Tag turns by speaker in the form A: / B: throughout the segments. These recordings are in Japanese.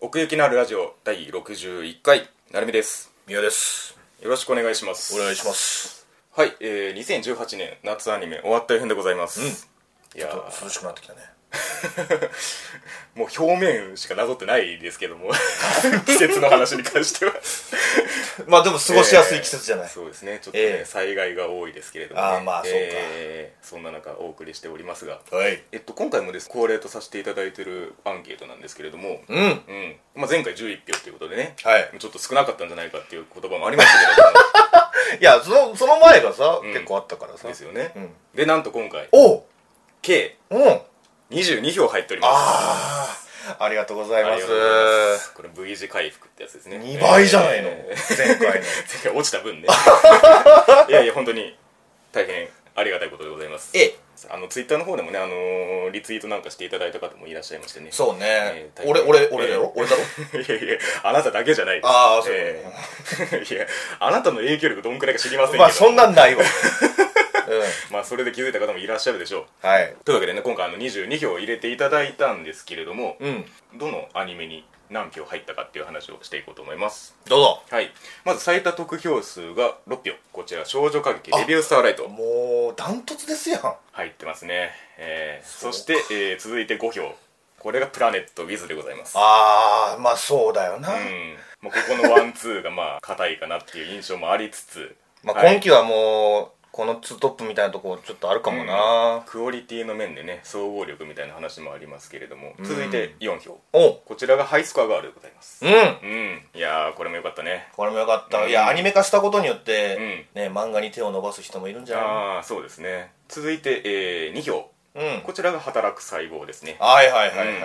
A: 奥行きのあるラジオ第61回なるみです
B: 宮です
A: よろしくお願いします
B: お願いします
A: はい、えー、2018年夏アニメ終わった編でございます、いや
B: ちょっ
A: ー
B: と涼しくなってきたね
A: もう表面しかなぞってないですけど も季節の話に関しては
B: まあでも過ごしやすい季節じゃない、
A: そうですねちょっとね、
B: ええ
A: 災害が多いですけれども、ね、
B: あーまあそうか
A: えーそんな中お送りしておりますが
B: はい
A: えっと、今回もです恒例とさせていただいてるアンケートなんですけれども、
B: うんはい
A: うんまあ、前回11票ということでね、
B: はい
A: ちょっと少なかったんじゃないかっていう言葉もありましたけれども
B: いやそのその前がさ、
A: ん
B: 結構あったからさ
A: ですよね、
B: うん
A: でなんと今回
B: おう
A: 計
B: うん
A: 22票入っております
B: ああありがとうござい
A: あ
B: ま
A: りが
B: す
A: とうございますこれ V 字回復ってやつですね
B: 2倍じゃないの、
A: え
B: 前回の
A: ー 前回落ちた 分ねいやいや本当に大変ありがたいことでございます
B: え
A: あのツイッターの方でもね、あのーリツイートなんかしていただいた方もいらっしゃいましてね
B: そう
A: えー
B: ね、俺俺俺だろ、俺だろ
A: いやいやあなただけじゃないです
B: ああそう
A: えー いやあなたの影響力どんくらいか知りませんけど
B: まあそんなんない わ
A: まあそれで気づいた方もいらっしゃるでしょう
B: うんはい
A: というわけでね今回あの22票を入れていただいたんですけれども、
B: うん
A: どのアニメに何票入ったかっていう話をしていこうと思います
B: どうぞ
A: はいまず最多得票数が6票こちら少女歌劇レビュースターライト
B: もうダントツですやん
A: 入ってますね、えー
B: そう
A: そ
B: か
A: して、えー続いて5票これがプラネットウィズでございます
B: ああまあそうだよな、
A: うんまあ、ここのワンツーがまあ硬いかなっていう印象もありつつ
B: まあ、
A: はい
B: 今期はもうこのツートップみたいなとこちょっとあるかもな、
A: クオリティの面でね総合力みたいな話もありますけれども続いて4票
B: おう
A: こちらがハイスコアガールでございます
B: うん
A: うんいやーこれも良かったね
B: これもよかった、
A: うん
B: いやアニメ化したことによって、ね漫画に手を伸ばす人もいるんじゃ
A: ああそうですね続いて、え2票
B: ないうん
A: こちらが働く細胞ですね
B: はいはいはいはいはい、
A: うん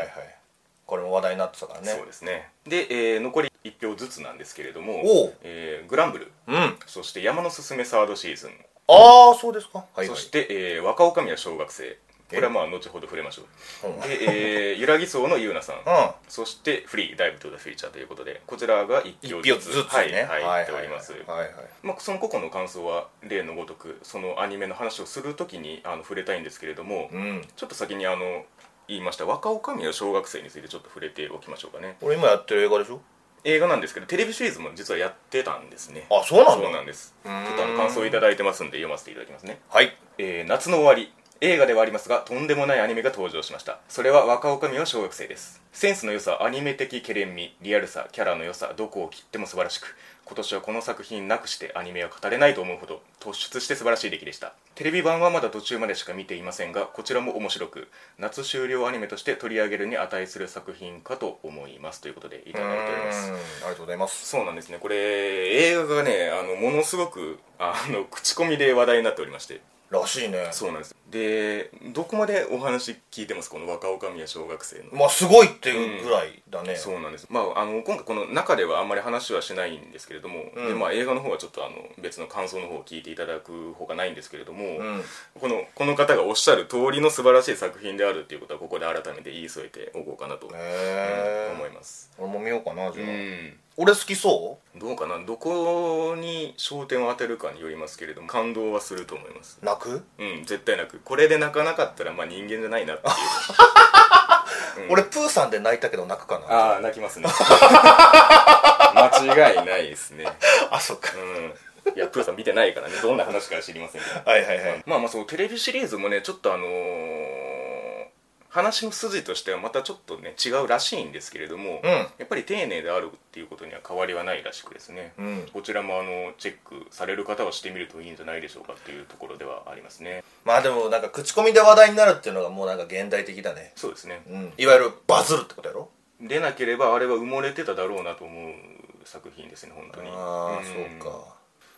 B: これも話題になってたからね
A: そうですねで、えー残り1票ずつなんですけれども
B: おう、
A: えーグランブル
B: うんあ
A: そして山のすすめサードシーズン、
B: あーそうですかはい
A: そ
B: はい
A: して、えー若女将は小学生これはまあ後ほど触れましょう
B: うん
A: で、え ー、揺らぎそうのゆうなさん、
B: うん
A: そしてフリーダイブトゥザフューチャーということでこちらが1票
B: 一
A: ず
B: 票
A: つ
B: ずつね、
A: はい入っております、
B: はいはいはい
A: まあ、その個々の感想は例のごとくそのアニメの話をするときにあの触れたいんですけれども、
B: うん
A: ちょっと先にあの言いました若女将は小学生についてちょっと触れておきましょうかね
B: これ今やってる映画でしょ
A: 映画なんですけどテレビシリーズも実はやってたんですね
B: あそうなん
A: そ
B: だ
A: うなんですち
B: う
A: ょ
B: ーん
A: っとあの感想をいただいてますんで読ませていただきますね
B: はい
A: えー夏の終わり映画ではありますがとんでもないアニメが登場しましたそれは若女将は小学生ですセンスの良さアニメ的けれんみリアルさキャラの良さどこを切っても素晴らしく今年はこの作品なくしてアニメは語れないと思うほど突出して素晴らしい出来でしたテレビ版はまだ途中までしか見ていませんがこちらも面白く夏終了アニメとして取り上げるに値する作品かと思いますということでいた
B: うーん
A: だいております
B: ありがとうございます
A: そうなんですねこれ映画がねあのものすごくあの口コミで話題になっておりまして
B: らしいね
A: そうなんですでどこまでお話聞いてますこの若女将や小学生の、
B: まあすごいっていうぐらいだね、
A: そうなんです、まあ、あの今回この中ではあんまり話はしないんですけれども、
B: うん
A: でまあ、映画の方はちょっとあの別の感想の方を聞いていただくほかないんですけれども、
B: うん
A: このこの方がおっしゃる通りの素晴らしい作品であるっていうことはここで改めて言い添えておこうかなと、
B: へえ、
A: 思います
B: 俺も見ようかなじ
A: う
B: ゃあ、
A: ん
B: 俺好きそ
A: どうかなどこに焦点を当てるかによりますけれども感動はすると思います
B: う泣く、
A: うん絶対なくこれで泣かなかったらまあ人間じゃないなっていううん
B: 俺プーさんで泣いたけど泣くか なあ
A: ああ泣きますね間違いないですね
B: そっか
A: うんいやプーさん見てないからねどんな話かは知りませんけど
B: はいはいはい
A: まあまあそのテレビシリーズもねちょっとあのー話の筋としてはまたちょっとね違うらしいんですけれども、
B: うん
A: やっぱり丁寧であるっていうことには変わりはないらしくですね、
B: うん
A: こちらもあのチェックされる方はしてみるといいんじゃないでしょうかっていうところではありますね
B: まあでもなんか口コミで話題になるっていうのがもうなんか現代的だね
A: そうですね
B: うんいわゆるバズるってことやろ
A: でなければあれは埋もれてただろうなと思う作品ですね本当に
B: ああ
A: ん
B: そうか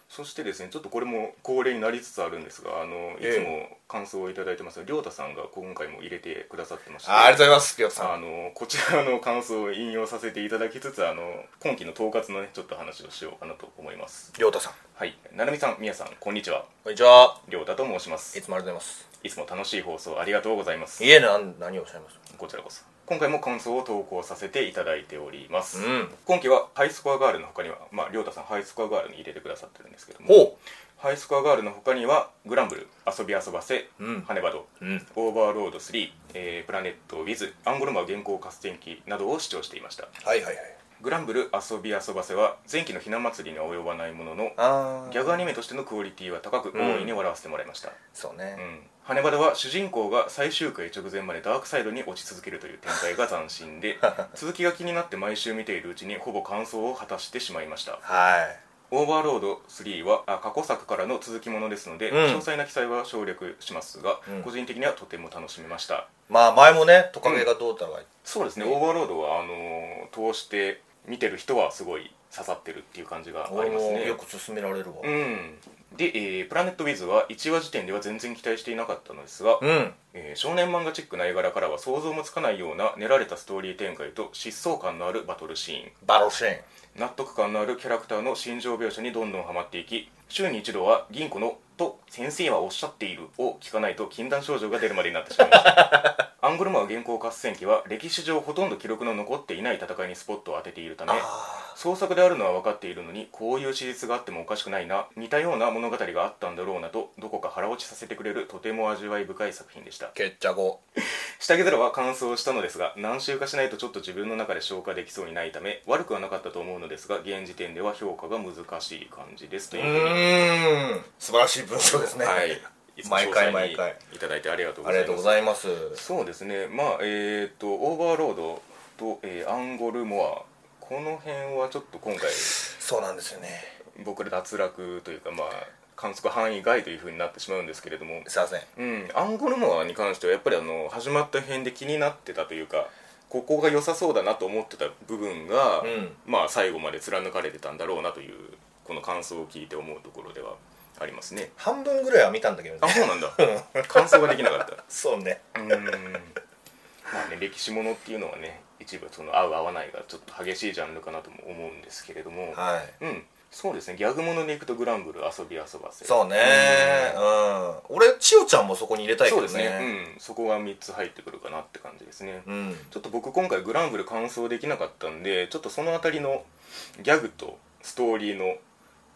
A: そしてですねちょっとこれも恒例になりつつあるんですがあのい
B: ええ
A: つも感想をいただいてますが亮太さんが今回も入れてくださってまして
B: あありがとうございますピョさ
A: あ
B: ん
A: のこちらの感想を引用させていただきつつあの今期の統括のねちょっと話をしようかなと思います
B: 亮太さん
A: はい成美さんみやさんこんにちは
B: こんにちは
A: 亮太と申しま
B: い
A: す
B: つもありがとうございます
A: いつも楽しい放送ありがとうございます
B: いえな何をおっしゃいます
A: こちらこそ今回も感想を投稿させていただいております、
B: うん
A: 今期はハイスコアガールの他にはまあ亮太さんハイスコアガールに入れてくださってるんですけども
B: ほ
A: ハイスコアガールの他にはグランブル遊び遊ばせ、
B: うん
A: ハネバド
B: うん
A: オーバーロード3、えープラネットウィズアンゴルマ原稿合戦記などを視聴していました
B: はいはいはい
A: グランブル遊び遊ばせは前期のひな祭りには及ばないものの
B: あ
A: ギャグアニメとしてのクオリティは高く
B: うん
A: 大いに笑わせてもらいました、
B: そう
A: う
B: ね
A: ん、羽ネバでは主人公が最終回直前までダークサイドに落ち続けるという展開が斬新 で続きが気になって毎週見ているうちにほぼ完走を果たしてしまいました
B: はい
A: オーバーロード3はあ過去作からの続きものですので、
B: うん
A: 詳細な記載は省略しますが、
B: うん
A: 個人的にはとても楽しめました
B: まあ前もねトカゲがどうたらが
A: そうですねオーバーロードはあのー通して見てる人はすごい刺さってるっていう感じがあ
B: 俺
A: ります
B: も
A: ね
B: よく勧められるわ
A: うんで、えープラネットウィズ」は1話時点では全然期待していなかったのですが、
B: うん
A: えー少年漫画チックな絵柄からは想像もつかないような練られたストーリー展開と疾走感のあるバトルシーン
B: バロシーン
A: 納得感のあるキャラクターの心情描写にどんどんハマっていき週に一度は「銀子の」と「先生はおっしゃっている」を聞かないと禁断症状が出るまでになってしまいました アングルマー原稿合戦記は歴史上ほとんど記録の残っていない戦いにスポットを当てているため
B: あ
A: 創作であるのは分かっているのにこういう史実があってもおかしくないな似たような物語があったんだろうなとどこか腹落ちさせてくれるとても味わい深い作品でした
B: 決着
A: 下着ゼロは完走したのですが何週かしないとちょっと自分の中で消化できそうにないため悪くはなかったと思うのですが現時点では評価が難しい感じですと
B: う
A: いうふうに
B: ーん素晴らしい文章ですね
A: はいいつも詳細に
B: 毎回毎回
A: いただいてありがとうご
B: あ
A: ざ
B: り
A: います
B: がとうございます
A: そうですねまあえっ、とオーバーロードと、えーアンゴルモアこの辺はちょっと今回
B: そうなんですよね
A: 僕ら脱落というかまあ観測範囲外というふうになってしまうんですけれども、
B: すいません
A: うん、アンゴルモアに関してはやっぱりあの始まった辺で気になってたというかここが良さそうだなと思ってた部分が、
B: うん
A: まあ最後まで貫かれてたんだろうなというこの感想を聞いて思うところではありますね
B: 半分ぐらいは見たんだけど
A: あ
B: ね
A: そうなん だ感想ができなかっ
B: そうね
A: たうんまあね歴史ものっていうのはね一部その合う合わないがちょっと激しいジャンルかなとも思うんですけれども
B: はい
A: うん、そうですねギャグものでいくとグランブル遊び遊ばせ
B: そうね
A: うん
B: うん俺千代ちゃんもそこに入れたいけ
A: そう
B: どね
A: ですね、うん、そこが3つ入ってくるかなって感じですね、
B: うん
A: ちょっと僕今回グランブル完走できなかったんでちょっとその辺りのギャグとストーリーの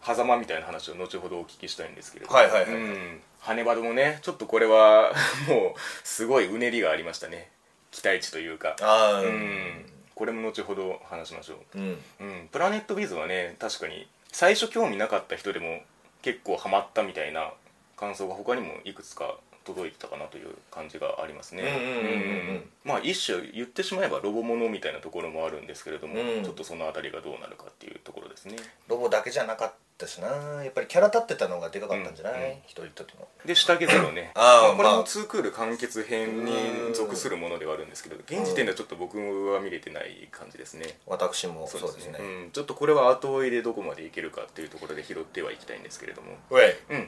A: 狭間みたいな話を後ほどお聞きしたいんですけれども
B: はいはいはい
A: うん、羽根バドもねちょっとこれはもう すごいうねりがありましたね期待値というか
B: ああ
A: うん、これも後ほど話しましょう
B: うん
A: うん、プラネットビズはね確かに最初興味なかった人でも結構ハマったみたいな感想が他にもいくつか届いてたかなという感じがありますね
B: うんうんうんうんうん
A: うんまあ一種言ってしまえばロボものみたいなところもあるんですけれども、
B: うん
A: ちょっとその辺りがどうなるかっていうところですね
B: ロボだけじゃなかったしなやっぱりキャラ立ってたのがでかかったんじゃな
A: うん
B: い一人一人の
A: で下着ゼロね
B: あー
A: まこれ
B: ま
A: も
B: あ
A: ツークール完結編に属するものではあるんですけど現時点ではちょっと僕は見れてない感じですね、
B: 私もそうですね
A: うん、ちょっとこれは後追いでどこまでいけるかっていうところで拾ってはいきたいんですけれども
B: うえい
A: うん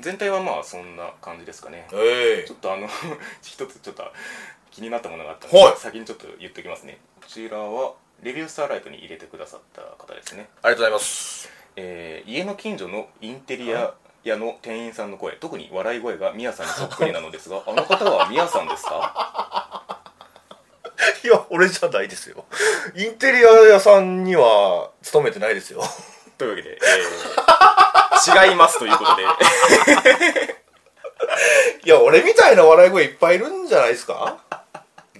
A: 全体はまあそんな感じですかね
B: えい
A: ちょっとあの 一つちょっと気になったものがあったの
B: はい
A: で先にちょっと言っときますねこちらはレビュースターライトに入れてくださった方ですね、
B: ありがとうございます
A: えー家の近所のインテリア屋の店員さんの声特に笑い声がミヤさんにそっくりなのですがあの方はミヤさんですか
B: いや俺じゃないですよインテリア屋さんには勤めてないですよ
A: というわけで、えー違いますということで
B: いや俺みたいな笑い声いっぱいいるんじゃないですか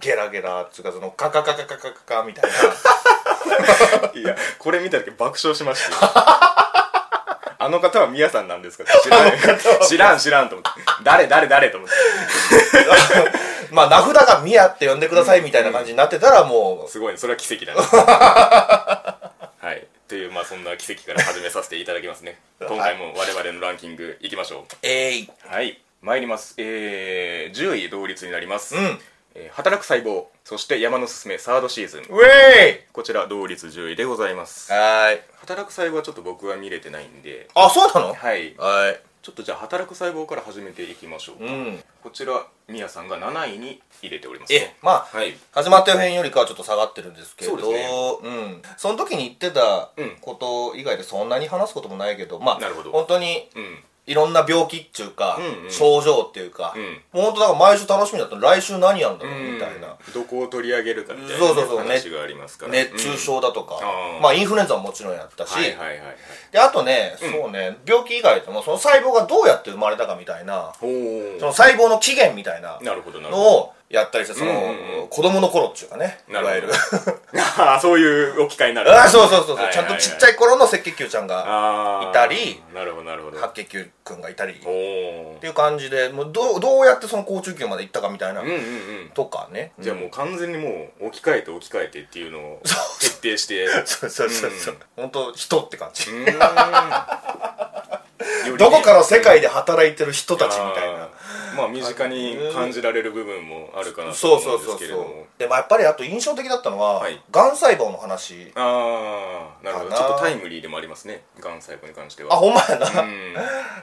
B: ゲラゲラっつうかそのカカカカカカカカみたい
A: いやこれ見た時爆笑しましたよ あの方はミヤさんなんですかって知らん知らん知らんと思って誰誰誰と思って
B: なまあ名札が「ミヤ」って呼んでくださいみたいな感じになってたらも
A: すごいねそれは奇跡 だねはいというまあそんな奇跡から始めさせていただきますね今回も我々のランキングいきましょう
B: う「えい」
A: はい参りますえー、10位同率になります、
B: うん
A: えー働く細胞そして山のすすめサードシーズン
B: ウェイ
A: こちら同率10位でございます
B: はーい
A: 働く細胞はちょっと僕は見れてないんで
B: あそうなの
A: はい
B: はい
A: ちょっとじゃあ働く細胞から始めていきましょうか、
B: うん
A: こちらみやさんが7位に入れております
B: えまあ
A: はい
B: 始まった辺よりかはちょっと下がってるんですけど
A: そうです
B: うん、その時に言ってた
A: うん
B: こと以外でそんなに話すこともないけど、まあ
A: なるほど
B: 本当に
A: うん
B: いろんな病気っちゅうか、
A: うんうん
B: 症状っていうか、
A: うん
B: もうほんとだから毎週楽しみだったら来週何やんだろうみたいな、
A: どこを取り上げるかみたいなね、
B: そうそうそう
A: 話がありますから
B: 熱中症だとか、
A: うんあー
B: まあインフルエンザももちろんやったし、
A: うんはいはいはいはい
B: であとね、そうね病気以外でもその細胞がどうやって生まれたかみたいな
A: ほ
B: そうの細胞の起源みたいな
A: なるほどなるほ
B: のをやったりしてその、
A: うんうんう
B: 子供の頃っていうかねい
A: なるほ
B: わ
A: ど
B: ゆる
A: どああ そういうお機会になる
B: あそうそうそうそう、
A: はいはいはい
B: ちゃんとちっちゃい頃の赤血球ちゃんが
A: あー
B: いたり
A: なるほどなるほど
B: 白血球くんがいたりっ
A: おお
B: ていう感じでもうどうどうやってその甲虫球まで行ったかみたいな、
A: うんうんうん
B: とかね
A: じゃあもう完全にもう置き換えて置き換えてっていうのを徹底 して
B: そうそうそうそう、本当人って感じ、
A: うーんよりね
B: どこかの世界で働いてる人たちみたいな
A: あーまあ身近に感じられる部分もあるかなと
B: そう
A: 思
B: そううん
A: で
B: そ
A: す
B: う
A: け
B: そ
A: れども
B: うでもやっぱりあと印象的だったのは
A: はい
B: がん、細胞の話
A: ああなるほど
B: か
A: ち
B: な
A: ょっとタイムリーでもありますねがん細胞に関して
B: あ
A: は
B: ほんまやな、
A: うん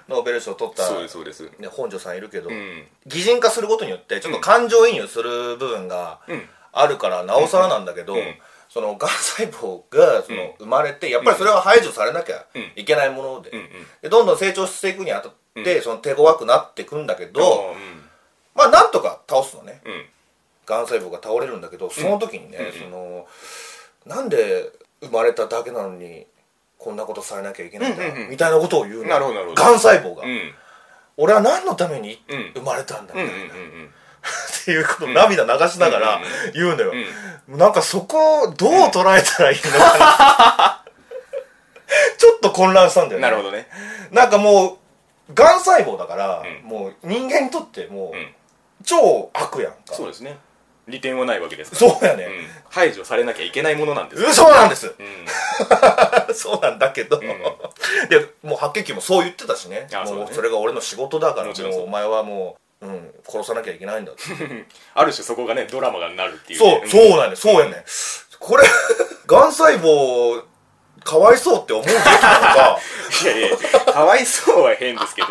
B: ノーベル賞取った
A: そうですそうです
B: ね、本庄さんいるけど、
A: うん
B: 擬人化することによってちょっと感情移入する部分が
A: うん
B: あるからなおさらなんだけど、
A: うんうん
B: そのがん細胞がその生まれてやっぱりそれは排除されなきゃいけないもので,、
A: うんうん
B: でどんどん成長していくにあたって、その手強くなっていくんだけ
A: あ
B: ど、
A: ー
B: まあなんとか倒すのね
A: うんうん
B: がん細胞が倒れるんだけどその時にね、そのなんで生まれただけなのにこんなことされなきゃいけないんだ、
A: うんうんうん
B: みたいなことを言うの
A: なるほどなるほど
B: がん細胞が、
A: うん
B: 俺は何のために
A: うん
B: 生まれたんだみ
A: う
B: たい
A: ん
B: な、
A: うんうん
B: っていうことを涙流しながら言うのよ、
A: うん
B: なんかそこをどう捉えたらいいのかな、ちょっと混乱したんだ
A: う
B: よ
A: ん
B: ね
A: なるほどね
B: なんかもうがん細胞だから、
A: うん
B: もう人間にとってもう、
A: うん
B: 超悪やんか
A: そうですね利点はないわけですから
B: そうやね、
A: うん排除されなきゃいけないものなんです
B: そうなんです
A: うん
B: そうなんだけど、
A: ん
B: でもう白血球もそう言ってたしね
A: あそう
B: も
A: だ
B: う
A: ね
B: それが俺の仕事だから
A: も
B: も
A: ちろんそう
B: うお前はもう、うん、殺さなきゃいけない んだって
A: ある種そこがねドラマがなるっていうね、
B: そう、そうなんだ、そうやね。これ、 がん細胞、かわいそうって思うべきなの か、
A: いやいやかわいそうは変ですけど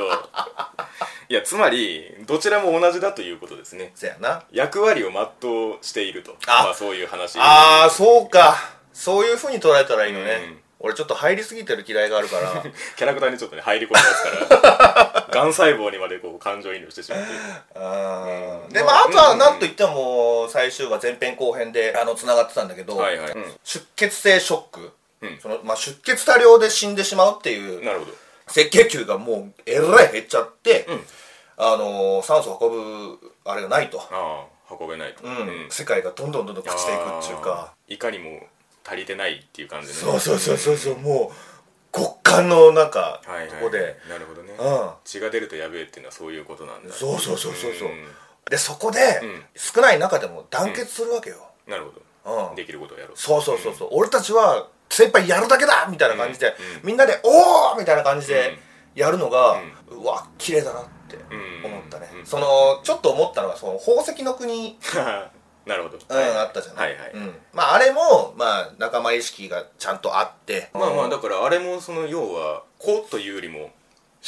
A: いやつまりどちらも同じだということですね
B: せやな。
A: 役割を全うしていると
B: あ
A: まあそういう話
B: あー、そうか。そういう風に捉えたらいいのね。
A: うん
B: 俺ちょっと入りすぎてる嫌いがあるから、
A: キャラクターにちょっとね入り込みますから がん細胞にまでこう感情移入してしまってう
B: あ
A: ん
B: ーで、まあ、あとはなんと
A: う
B: いっても、最終話前編後編で、あの、繋がってたんだけど、
A: はいはいうん
B: 出血性ショック。
A: うん
B: そのまあ、出血多量で死んでしまうっていう
A: なるほど
B: 赤血球がもうえらい減っちゃって、
A: うん
B: あのー酸素を運ぶあれがないと、
A: ああ運べないと、
B: うん、世界がどんどんどんどん朽ちていくっていう
A: あ
B: か
A: ーいかにも足りてないっていう感じでね
B: そうそうそうそうそうもう極寒のなんか
A: はいはい
B: とこで、
A: なるほどね
B: うん
A: 血が出るとやべえっていうのはそういうことなんだ
B: そうそうそうそうそう
A: うん
B: でそこで、
A: ん
B: 少ない中でも団結するわけよ、
A: なるほ
B: う
A: ど
B: ん
A: できることをやろう
B: そうそうそうそう俺たちは精一杯やるだけだみたいな感じで、みんなで「おー!」みたいな感じでやるのが、うわ綺麗だなって思っ たね、
A: うん
B: そのちょっと思ったのがその宝石の国
A: なるほど、
B: うん、あったじゃない、
A: はいはい、
B: うん、まああれも、まあ、仲間意識がちゃんとあって
A: まあまあだからあれもその要は子というよりも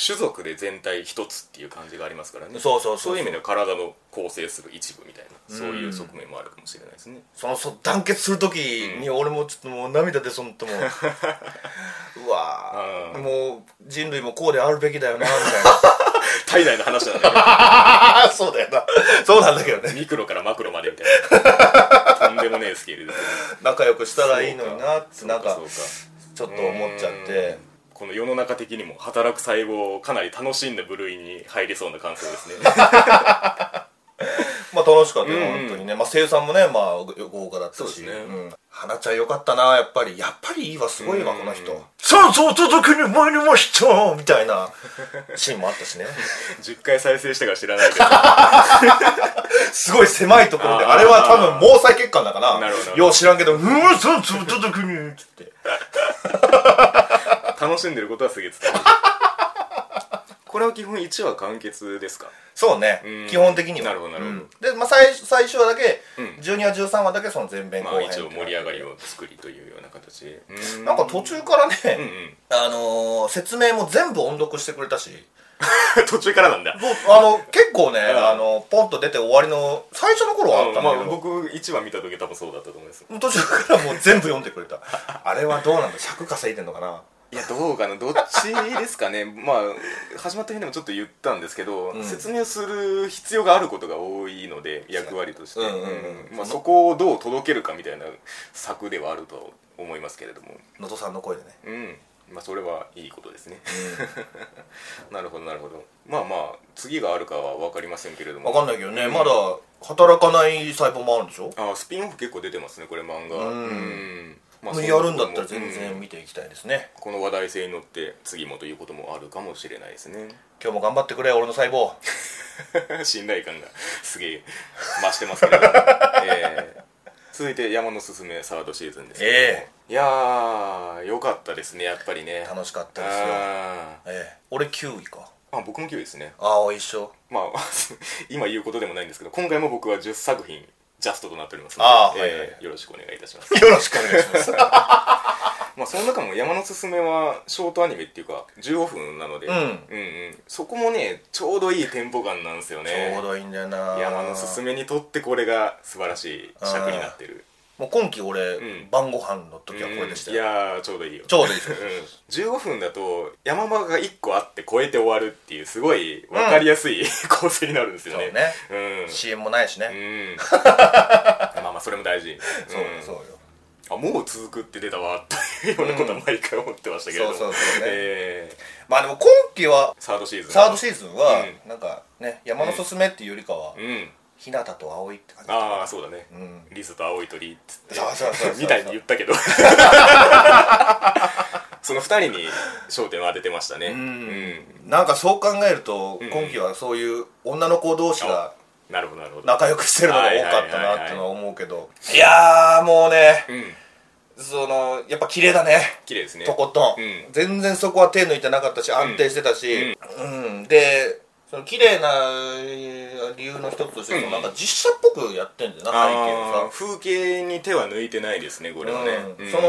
A: 種族で全体一つっていう感じがありますからね
B: そうそう
A: そ
B: そう
A: ういう
B: そ
A: 意味では体の構成する一部みたいなそういう側面もあるかもしれないですね、
B: のそう団結する時に俺もちょっともう涙出そうになって もううわ
A: う
B: ー
A: ん
B: もう人類もこうであるべきだよなみたい
A: 体内の話なんだけ
B: なあーそうだよなそうなんだけど ね
A: どミクロからマクロまでみたいなとんでもねえスケールで
B: 仲良くしたらいいのになってなんか
A: そうかそう
B: ちょっと思っちゃっ
A: う
B: て
A: んこの世の中的にも働く細胞をかなり楽しんだ部類に入りそうな感想ですね
B: まあ楽しかったよ、
A: うんうん
B: 本当にね、まあ、生産もね、まあ、豪華だった
A: そうで
B: し
A: すね
B: うん花ちゃんよかったなやっぱりやっぱりいいわすごいわ
A: うん
B: この人酸素を届けに参りましたみた いなシーンもあったしね
A: 10回再生したか知らないけど
B: すごい狭いところで
A: あー
B: あれは多分毛細血管だから
A: なるほど
B: よう知らんけど「うーん酸素を届けに」っつって
A: 楽しんでることはすげえ 伝わるこれは基本1話完結ですか
B: そうね、
A: うん
B: 基本的には
A: なるほどなるほど
B: うんで、まあ、最最初はだけ、
A: うん
B: 12話13話だけその前編後
A: まあ
B: 編
A: 一応盛り上がりを作りというような形でうー
B: なんか途中からね、
A: うんうん
B: あのー説明も全部音読してくれたし
A: 途中からなんだ
B: そうあの結構ね、
A: ん
B: あのポンと出て終わりの最初の頃はあったんだ
A: ま
B: けど、
A: あ僕1話見た時多分そうだったと思います
B: 途中からもう全部読んでくれたあれはどうなんだ尺稼いでんのかな
A: いやどうかなどっちですかねまあ始まった辺でもちょっと言ったんですけど、
B: うん
A: 説明する必要があることが多いので役割として、
B: うんうんうん
A: うんまあ、そこをどう届けるかみたいな策ではあると思いますけれども
B: 能登さんの声でね
A: うんまあそれはいいことですねなるほどなるほどまあまあ次があるかは分かりませんけれども
B: 分かんないけどね、まだ働かない細胞もあるんでしょ、
A: あスピンオフ結構出てますねこれ漫画
B: うん
A: んまあ
B: もう
A: そ
B: や
A: ういう
B: るん
A: とこ
B: だ
A: ろ
B: っ
A: も
B: たら全
A: うん
B: 然見ていきたいですね、
A: この話題性に乗って次もということもあるかもしれないですね
B: 今日も頑張ってくれ俺の細胞
A: 信頼感が すげえ増してますけれども、 えー続いて山のすすめサードシーズンですけれども
B: え
A: いやーよかったですねやっぱりね
B: 楽しかったですよ、
A: あ
B: ええ、俺9位か
A: ーあ僕も9位ですね
B: 青一緒
A: まあ 今言うことでもないんですけど今回も僕は10作品ジャストとなっておりますの
B: あー
A: で、
B: はいはいはい
A: えーよろしくお願いいたします
B: よろしくお願いし ます
A: まあその中も山のすすめはショートアニメっていうか15分なので、
B: うん
A: うんうんそこもねちょうどいいテンポ感なんですよね
B: ちょうどいいんだよな
A: 山のすすめにとってこれが素晴らしい尺になってる
B: もう今期俺、
A: うん
B: 晩ご飯の時はこれでした
A: うんい
B: よ、
A: やーちょうどいいよ
B: ちょうどいいですよ
A: うん、15分だと山場が1個あって超えて終わるっていうすごい分かりやすい、 構成になるんですよ
B: そ
A: ね
B: うね
A: う
B: CM もないしね、
A: ん、うん、まあまあそれも大事
B: そう
A: うん
B: そうよ
A: あもう続くって出たわっていうようなことは毎回思ってましたけれども、
B: そうそうそうね
A: え
B: まあでも今期は
A: ーサードシーズン
B: サードシーズンは、
A: う
B: なんかね山のすすめっていうよりかは、
A: うん
B: 日向と葵って感じ
A: ああそうだね、
B: ん
A: リスと青い鳥っつって
B: そうそうそうそう
A: みたいに言ったけど その2人に焦点を当ててましたねうん、
B: なんかそう考えると、
A: ん
B: 今期はそういう女の子同士が
A: なるほどなるほど
B: 仲良くしてるのが多かった
A: はいはいはいは
B: ないってのは思うけどいやーもうね
A: うん
B: そのやっぱ綺麗だね
A: 綺麗ですね
B: とことん、
A: うん
B: 全然そこは手抜いてなかったし安定してたし、うんでその綺麗な理由の一つとして、
A: うん
B: なんか実写っぽくやってんだよな背景
A: あ
B: を
A: ー風景に手は抜いてないですねこれはね、
B: うん
A: うん
B: その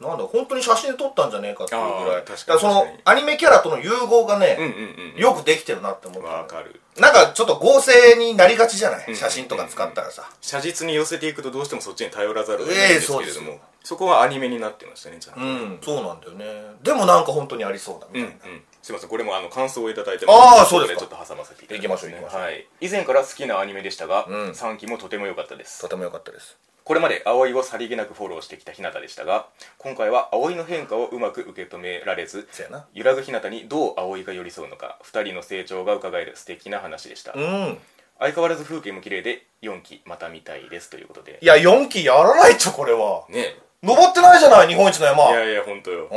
B: なんだ本当に写真で撮ったんじゃねえかっていうぐら
A: あー
B: い
A: 確かに
B: だからその
A: 確かに
B: アニメキャラとの融合がね、
A: うんうん
B: よくできてるなって思っ
A: うん
B: た
A: わかる
B: なんかちょっと合成になりがちじゃない、
A: ん
B: 写真とか使ったらさ、
A: 写実に寄せていくとどうしてもそっちに頼らざるを得ないんですけ
B: ええ
A: れ
B: そ
A: ど
B: う
A: も、
B: ですよ
A: そこはアニメになってましたねちゃんと
B: うんそうなんだよねでもなんか本当にありそうだみたいな、
A: すいませんこれもあの感想をいただいて
B: あーそうです
A: ちょ
B: か
A: っと挟ませていただ
B: 行きましょう行きましょう
A: はい、以前から好きなアニメでしたが、
B: うん
A: 3期もとても良かったです
B: とても良かったです
A: これまで葵をさりげなくフォローしてきた日向でしたが今回は葵の変化をうまく受け止められず
B: そうやな
A: 揺らぐ日向にどう葵が寄り添うのか2人の成長が伺える素敵な話でした、
B: うん
A: 相変わらず風景も綺麗で4期また見たいですということで
B: いや4期やらないとこれは
A: ね
B: 登ってないじゃない日本一の山
A: いうやいや本当よ
B: ん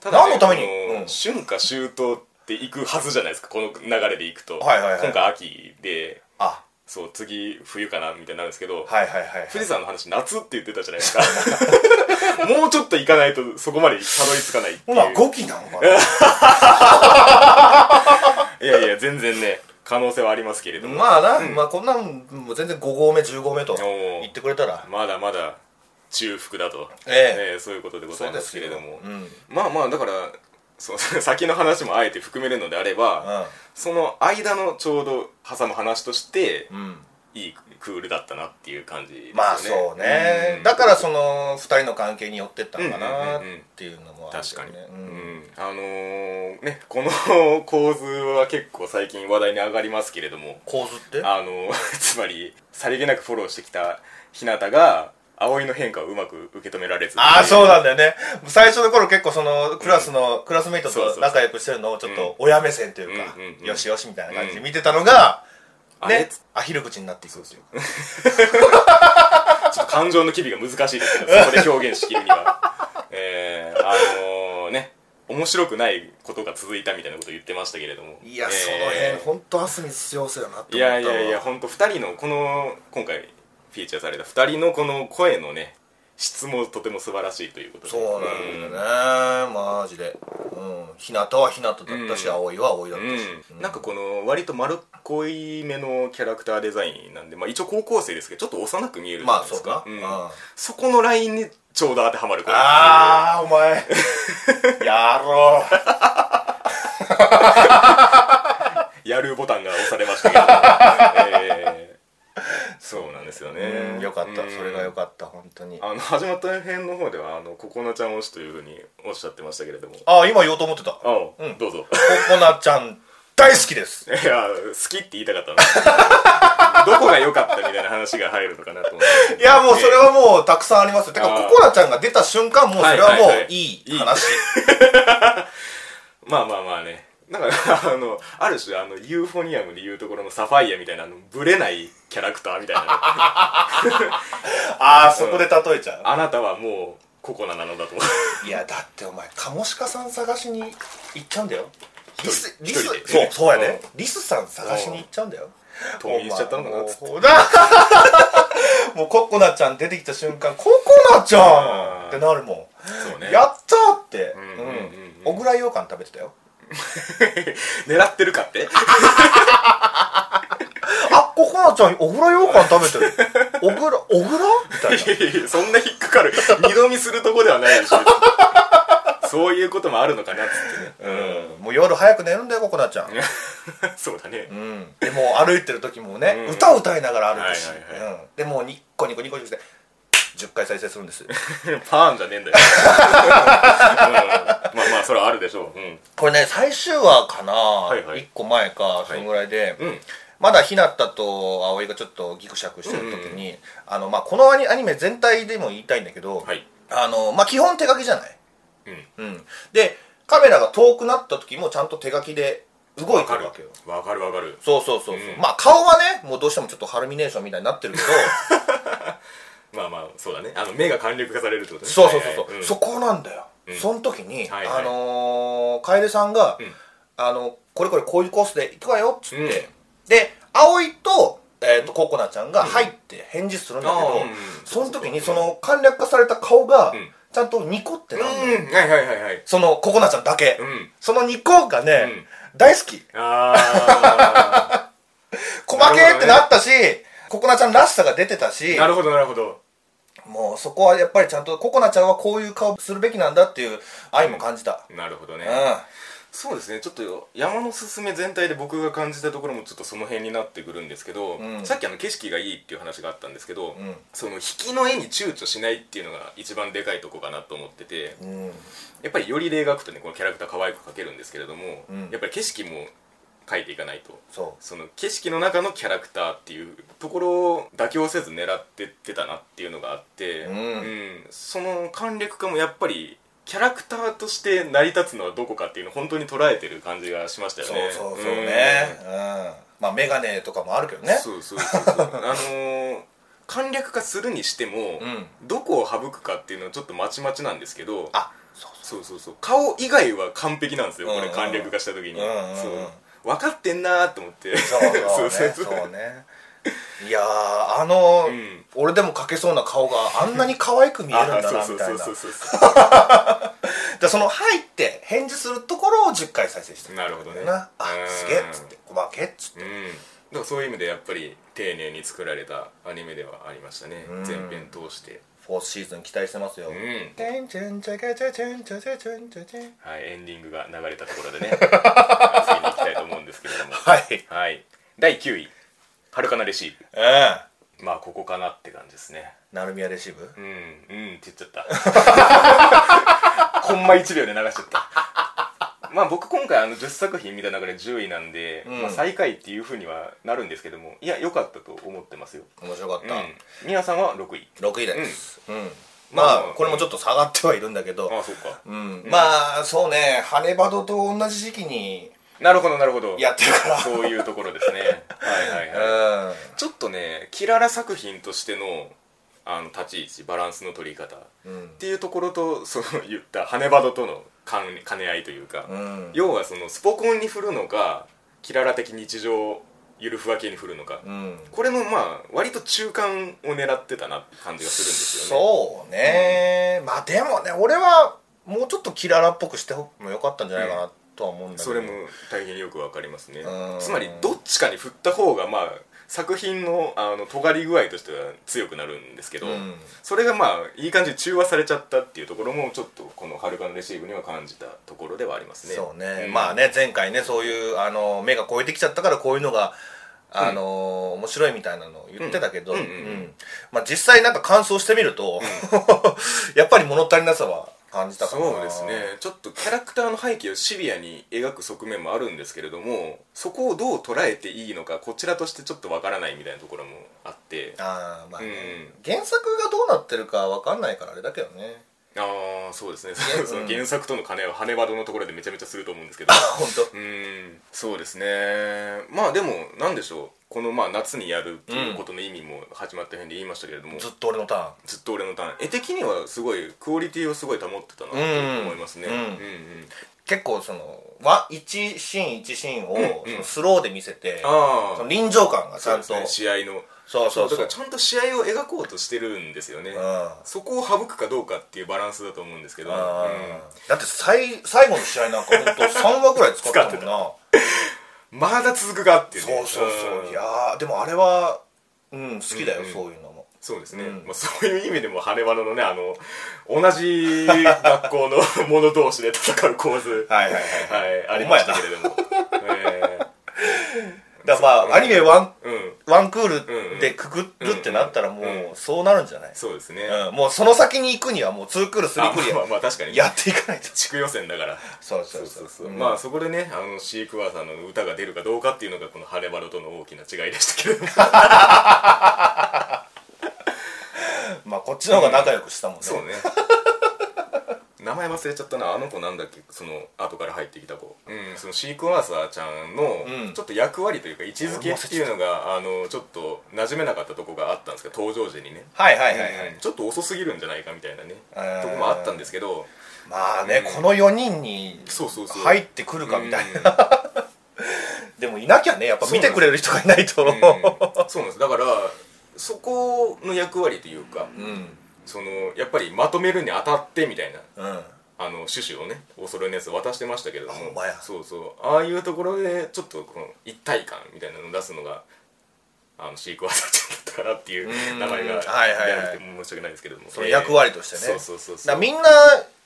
A: ただね
B: 何のために、
A: この
B: うん
A: 春夏秋冬っていくはずじゃないですかこの流れでいくと、
B: はいはいはい
A: 今回秋で
B: あ
A: そう次冬かなみたいになるんですけど、
B: はいはいはい
A: 富士山の話夏って言ってたじゃないですか もうちょっと行かないとそこまでたどり着かないって
B: ほ
A: いう
B: な5期なの かな
A: いやいや全然ね可能性はありますけれども、
B: まあな、まあこんなんもう全然5合目10合目と
A: ー
B: 言ってくれたら
A: まだまだ中腹だと、
B: え
A: えそういうことでございますけれども、
B: そうですよ
A: まあまあだからそう 先の話もあえて含めるのであれば、
B: うん
A: その間のちょうど挟む話として、
B: うん
A: いいクールだったなっていう感じですよね
B: まあそうね、
A: ん
B: だからその2人の関係に寄ってったのかな
A: うんうんうんうん
B: っていうのもある
A: 確かに、
B: よね
A: う
B: うん
A: んあのーねこの 構図は結構最近話題に上がりますけれども
B: 構図って
A: あのー つまりさりげなくフォローしてきた日向が葵の変化をうまく受け止められず
B: ああ
A: う
B: そうなんだよね最初の頃結構そのクラスの、クラスメイト
A: そうそうそ
B: と
A: う
B: 仲良くしてるのをちょっと親目線というか、
A: うんうんうん
B: よしよしみたいな感じで見てたのが、
A: あれ
B: ねアヒル口になっていくっていうか
A: ちょっと感情の機微が難しいですけどそこで表現しきるには えー、あのーね面白くないことが続いたみたいなこと言ってましたけれども
B: いや、
A: えー
B: その辺本当アスミス要請だなって
A: い
B: 思ったわ
A: やいやいや本当2人のこの今回フィーチャーされた2人のこの声のね質もとても素晴らしいということで
B: そうなんだよね、マジで、うん、日向は日向だったし、
A: うん
B: 葵は葵だっ
A: う
B: た
A: ん
B: し、
A: うんなんかこの割と丸っこい目のキャラクターデザインなんで、まあ、一応高校生ですけどちょっと幼く見えるじゃ
B: ま
A: ない
B: あ
A: で
B: そう
A: す
B: か
A: か、、
B: うん
A: うんそこのラインにちょうど当てはまる声
B: ああお 前やろう
A: やるボタンが押されましたけど、えそうなんですよ
B: う
A: ね
B: んよかった、
A: うん
B: それがよかった本当にあ
A: あの始まった編の方ではあのココナちゃん推しというふうにおっしゃってましたけれども
B: あ今言おうと思ってたコ
A: あ、
B: うん
A: どうぞ
B: コナちゃん大好きです
A: いや好きって言いたかったんですけ どどこが良かったみたいな話が入るのかなと思って
B: いやもうそれはもうたくさんありますよてか
A: あー
B: ココナちゃんが出た瞬間もうそれは
A: はい
B: も
A: はいは
B: う
A: い
B: い
A: い
B: い
A: い
B: 話
A: まあまあまあねなんかあのある種あのユーフォニアムでいうところのサファイアみたいなあのブレないキャラクターみたいなね、
B: ああそこで例えちゃう
A: あなたはもうココナなのだと 思う
B: いやだってお前カモシカさん探しに行っちゃうんだよリスリ
A: 一人
B: ス
A: 一人で
B: そうそうやねリスさん探しに行っちゃうんだよ
A: 冬眠しちゃったのかなっつって
B: お前もう もうココナちゃん出てきた瞬間「ココナちゃん!」ってなるも、
A: そうん
B: やったーって
A: ん
B: うん
A: うんうん
B: 小倉羊羹食べてたよ
A: 狙ってるかって
B: あココナちゃん小倉羊羹食べてる小倉小倉みたいな
A: そんな引っかかる二度見するとこではないでし ょそういうこともあるのかなっつって
B: うんもう夜早く寝るんだよココナちゃん
A: ね そうだね
B: うん、でもう歩いてる時もね、
A: うん
B: 歌を歌いながら歩くし、
A: はいはいは
B: うん、でもうニッコニコニコニコして10回再生するんです
A: パーンじゃねえんだよ、うんまあまあそれはあるでしょううん
B: これね最終話かな、
A: いはい
B: 1個前かそのぐらいで、
A: うん
B: まだひなたと葵がちょっとギクシャクしてる時に、あのまあ、このアニアニメ全体でも言いたいんだけど、
A: はい
B: あのまあ、基本手書きじゃない、
A: うん
B: うん、でカメラが遠くなった時もちゃんと手書きで動いてるわけよ
A: わかるわかる
B: そうそうそうそう、
A: うん
B: まあ顔はねもうどうしてもちょっとハルミネーションみたいになってるけど
A: まあまあそうだねあの目が簡略化されるってことね
B: そうそうそうそう、
A: はいはいん
B: そこなんだよ、
A: うん
B: その時に、
A: はいはい
B: あのー楓さんが、
A: うん
B: あの「これこれこういうコースで行くわよ」っつって、
A: うん
B: で葵と,、えー、とココナちゃんが「はい」って返事するんだけど、
A: あーうん
B: その時にその簡略化された顔が、
A: うん
B: ちゃんとニコってなんだよ、
A: うんはいはいはいはい
B: そのココナちゃんだけ、
A: うん
B: そのニコがね、大好き
A: あ
B: 細けーってなったし、ココナちゃんらしさが出てた し
A: あなるほどなるほど
B: もうそこはやっぱりちゃんとココナちゃんはこういう顔するべきなんだっていう愛も感じた、
A: なるほどね
B: うん
A: そうですねちょっと山のすすめ全体で僕が感じたところもちょっとその辺になってくるんですけど、
B: うん
A: さっきあの景色がいいっていう話があったんですけど、
B: ん
A: その引きの絵に躊躇しないっていうのが一番でかいとこかなと思ってて
B: うん
A: やっぱりより例が描くとねこのキャラクター可愛く描けるんですけれども、
B: うん
A: やっぱり景色も描いていかないと
B: そ
A: その景色の中のキャラクターっていうところを妥協せず狙ってってたなっていうのがあって、
B: うん
A: その簡略化もやっぱりキャラクターとして成り立つのはどこかっていうのを本当に捉えてる感じがしました
B: う
A: よ
B: そ
A: ね
B: うそうそうねうん、まあ眼鏡とかもあるけど
A: うん
B: ね
A: そうそうそうそうあのー簡略化するにしても、
B: うん
A: どこを省くかっていうのはちょっとまちまちなんですけど
B: あそう
A: そうそうそう顔以外は完璧なんですよ、
B: うんうんうん
A: これ簡略化した時に、
B: うんうんうん
A: そう分かってんなーと思って
B: そうそうそうね
A: そう
B: そうねいやーあの、
A: うん
B: 俺でも描けそうな顔があんなに可愛く見えるんだ
A: あー
B: な
A: そう
B: みたいな
A: そうそうそうそう
B: でその「はい」って返事するところを10回再生して
A: なるほどね
B: なあ
A: うん
B: すげえっつって「細け」っつって
A: うん、だからそういう意味でやっぱり丁寧に作られたアニメではありましたね、
B: うん
A: 全編通して、
B: フォースシーズン期待してますよ、
A: うん
B: てんちゃんちゃかちゃちゃんちゃちゃちゃんちゃちゃん
A: はい、エンディングが流れたところ でね次に行きたいと思うんですけれども
B: はい
A: はい第9位「はるかなレシー
B: うん
A: ブ」まあここかなって感じですね
B: 成宮レシーブ
A: うんうんって言っちゃった ほんま1秒で流しちゃったまあ僕今回あの10作品見た中で10位なんで、
B: うん
A: まあ、最下位っていうふうにはなるんですけどもいや良かったと思ってますよ
B: 面白かっ
A: う
B: た、
A: ん宮さんは6位
B: 6位です、うん
A: ま
B: ま
A: あ
B: あ、これもちょっと下がってはいるんだけど、
A: ああそうか
B: うんまあそうねハネバドと同じ時期に
A: なるほどなるほど
B: やってるから
A: そういうところですねはい はいはいちょっとねキララ作品としてのあの立ち位置バランスの取り方っ
B: うんうん
A: ていうところとその言ったハネバドとの兼ね兼ね合いというか、
B: うん
A: 要はそのスポコンに振るのかキララ的日常ゆるふわ系に振るのか、
B: うん
A: これのまあ割と中間を狙ってたなって感じがするんですよね
B: そうね、まあでもね俺はもうちょっとキララっぽくしてもよかったんじゃないかなとは思うんだけど、
A: それも大変よくわかりますね
B: うん
A: つまりどっちかに振った方がまあ作品のあの尖り具合としては強くなるんですけど、
B: うん
A: それがまあいい感じで中和されちゃったっていうところもちょっとこの「はるかのレシーブ」には感じたところではありますね
B: そうね、
A: ん
B: まあね前回ねそういうあの目が超えてきちゃったからこういうのがあのー面白いみたいなのを言ってたけど、
A: う
B: うんん
A: うんうんうん
B: まあ、実際なんか感想してみると、 やっぱり物足りなさは感じたかな
A: そうですねちょっとキャラクターの背景をシビアに描く側面もあるんですけれどもそこをどう捉えていいのかこちらとしてちょっとわからないみたいなところもあって
B: ああまあね、
A: う
B: 原作がどうなってるかわかんないからあれだけどね
A: ああそうですね
B: う ん
A: その原作との兼ねは羽バドのところでめちゃめちゃすると思うんですけど
B: 本
A: うーんそうですねまあでもなんでしょうこのまあ夏にやるっていうことの意味も始まった辺で言いましたけれども、
B: 当
A: ず
B: ずっと俺のターン
A: っと俺のターン絵的にはすごいクオリティをすごい保ってたなと思いますね、
B: うん
A: うんうん
B: 結構そのわ一シーン一シーンを、
A: うん
B: そのスローで見せて
A: あ
B: その
A: あ
B: 臨場感がちゃんと
A: そう
B: そう,、
A: ですね試合の
B: そ
A: そ
B: うそうう
A: だからちゃんと試合を描こうとしてるんですよね、
B: うんあ
A: そこを省くかどうかっていうバランスだと思うんですけど、
B: あ
A: うん
B: だって最最後の試合なんか本当3話ぐらい使ったもんな
A: まだ続くかっていう、ね、
B: そうそうそう、
A: ん
B: いやーでもあれはうん好きだよ、
A: うんうん
B: そういうのも
A: そうですね、
B: うん
A: まあ、そういう意味でも羽花のねあの同じ学校の者同士で戦う構図
B: はいはいはい
A: はいあり
B: ほ
A: ま
B: んまや
A: した
B: な
A: けれども、え
B: だからまあアニメワン
A: ーうん
B: ワンクールでくくるってなったらもうそうなるんじゃない、
A: そうですね、
B: うんもうその先に行くにはもうツークールスリ
A: あ
B: ークール
A: まあまあ確かに
B: やっていかないと
A: 地区予選だから
B: そうそ
A: そうう
B: そ
A: そううそう、
B: うん
A: まあそこでねあのシークワーサーの歌が出るかどうかっていうのがこの「ハレバロ」との大きな違いでしたけれども
B: まあこっちの方が仲良くしたもんね、
A: そうね名前忘れちゃったなあの子なんだっけその後から入ってきた子、うん、そのシークワーサーちゃんの
B: うん
A: ちょっと役割というか位置づけっていうのが、あのちょっと馴染めなかったとこがあったんですけど登場時にね、
B: はいはいはいはい、
A: うんちょっと遅すぎるんじゃないかみたいなね
B: う
A: と
B: ん
A: こもあったんですけど
B: まあね、
A: うん
B: この4人に
A: そうそうそう
B: 入ってくるかみたいな、
A: な、うん
B: でもいなきゃねやっぱ見てくれる人がいないと
A: うんそうなんですだからそこの役割というか
B: うん、
A: そのやっぱりまとめるにあたってみたいな
B: うん、
A: あの趣旨をね恐れのやつ渡してましたけれども
B: あほんまや
A: そうそうああいうところでちょっとこの一体感みたいなのを出すのがあの飼育ワサちゃんだったかなっていう
B: うん
A: 名前が
B: はいはいはい
A: やるって申し訳ないですけれども
B: その役割としてね、
A: えーそうそうそう
B: だか
A: そ
B: ら
A: う
B: みんな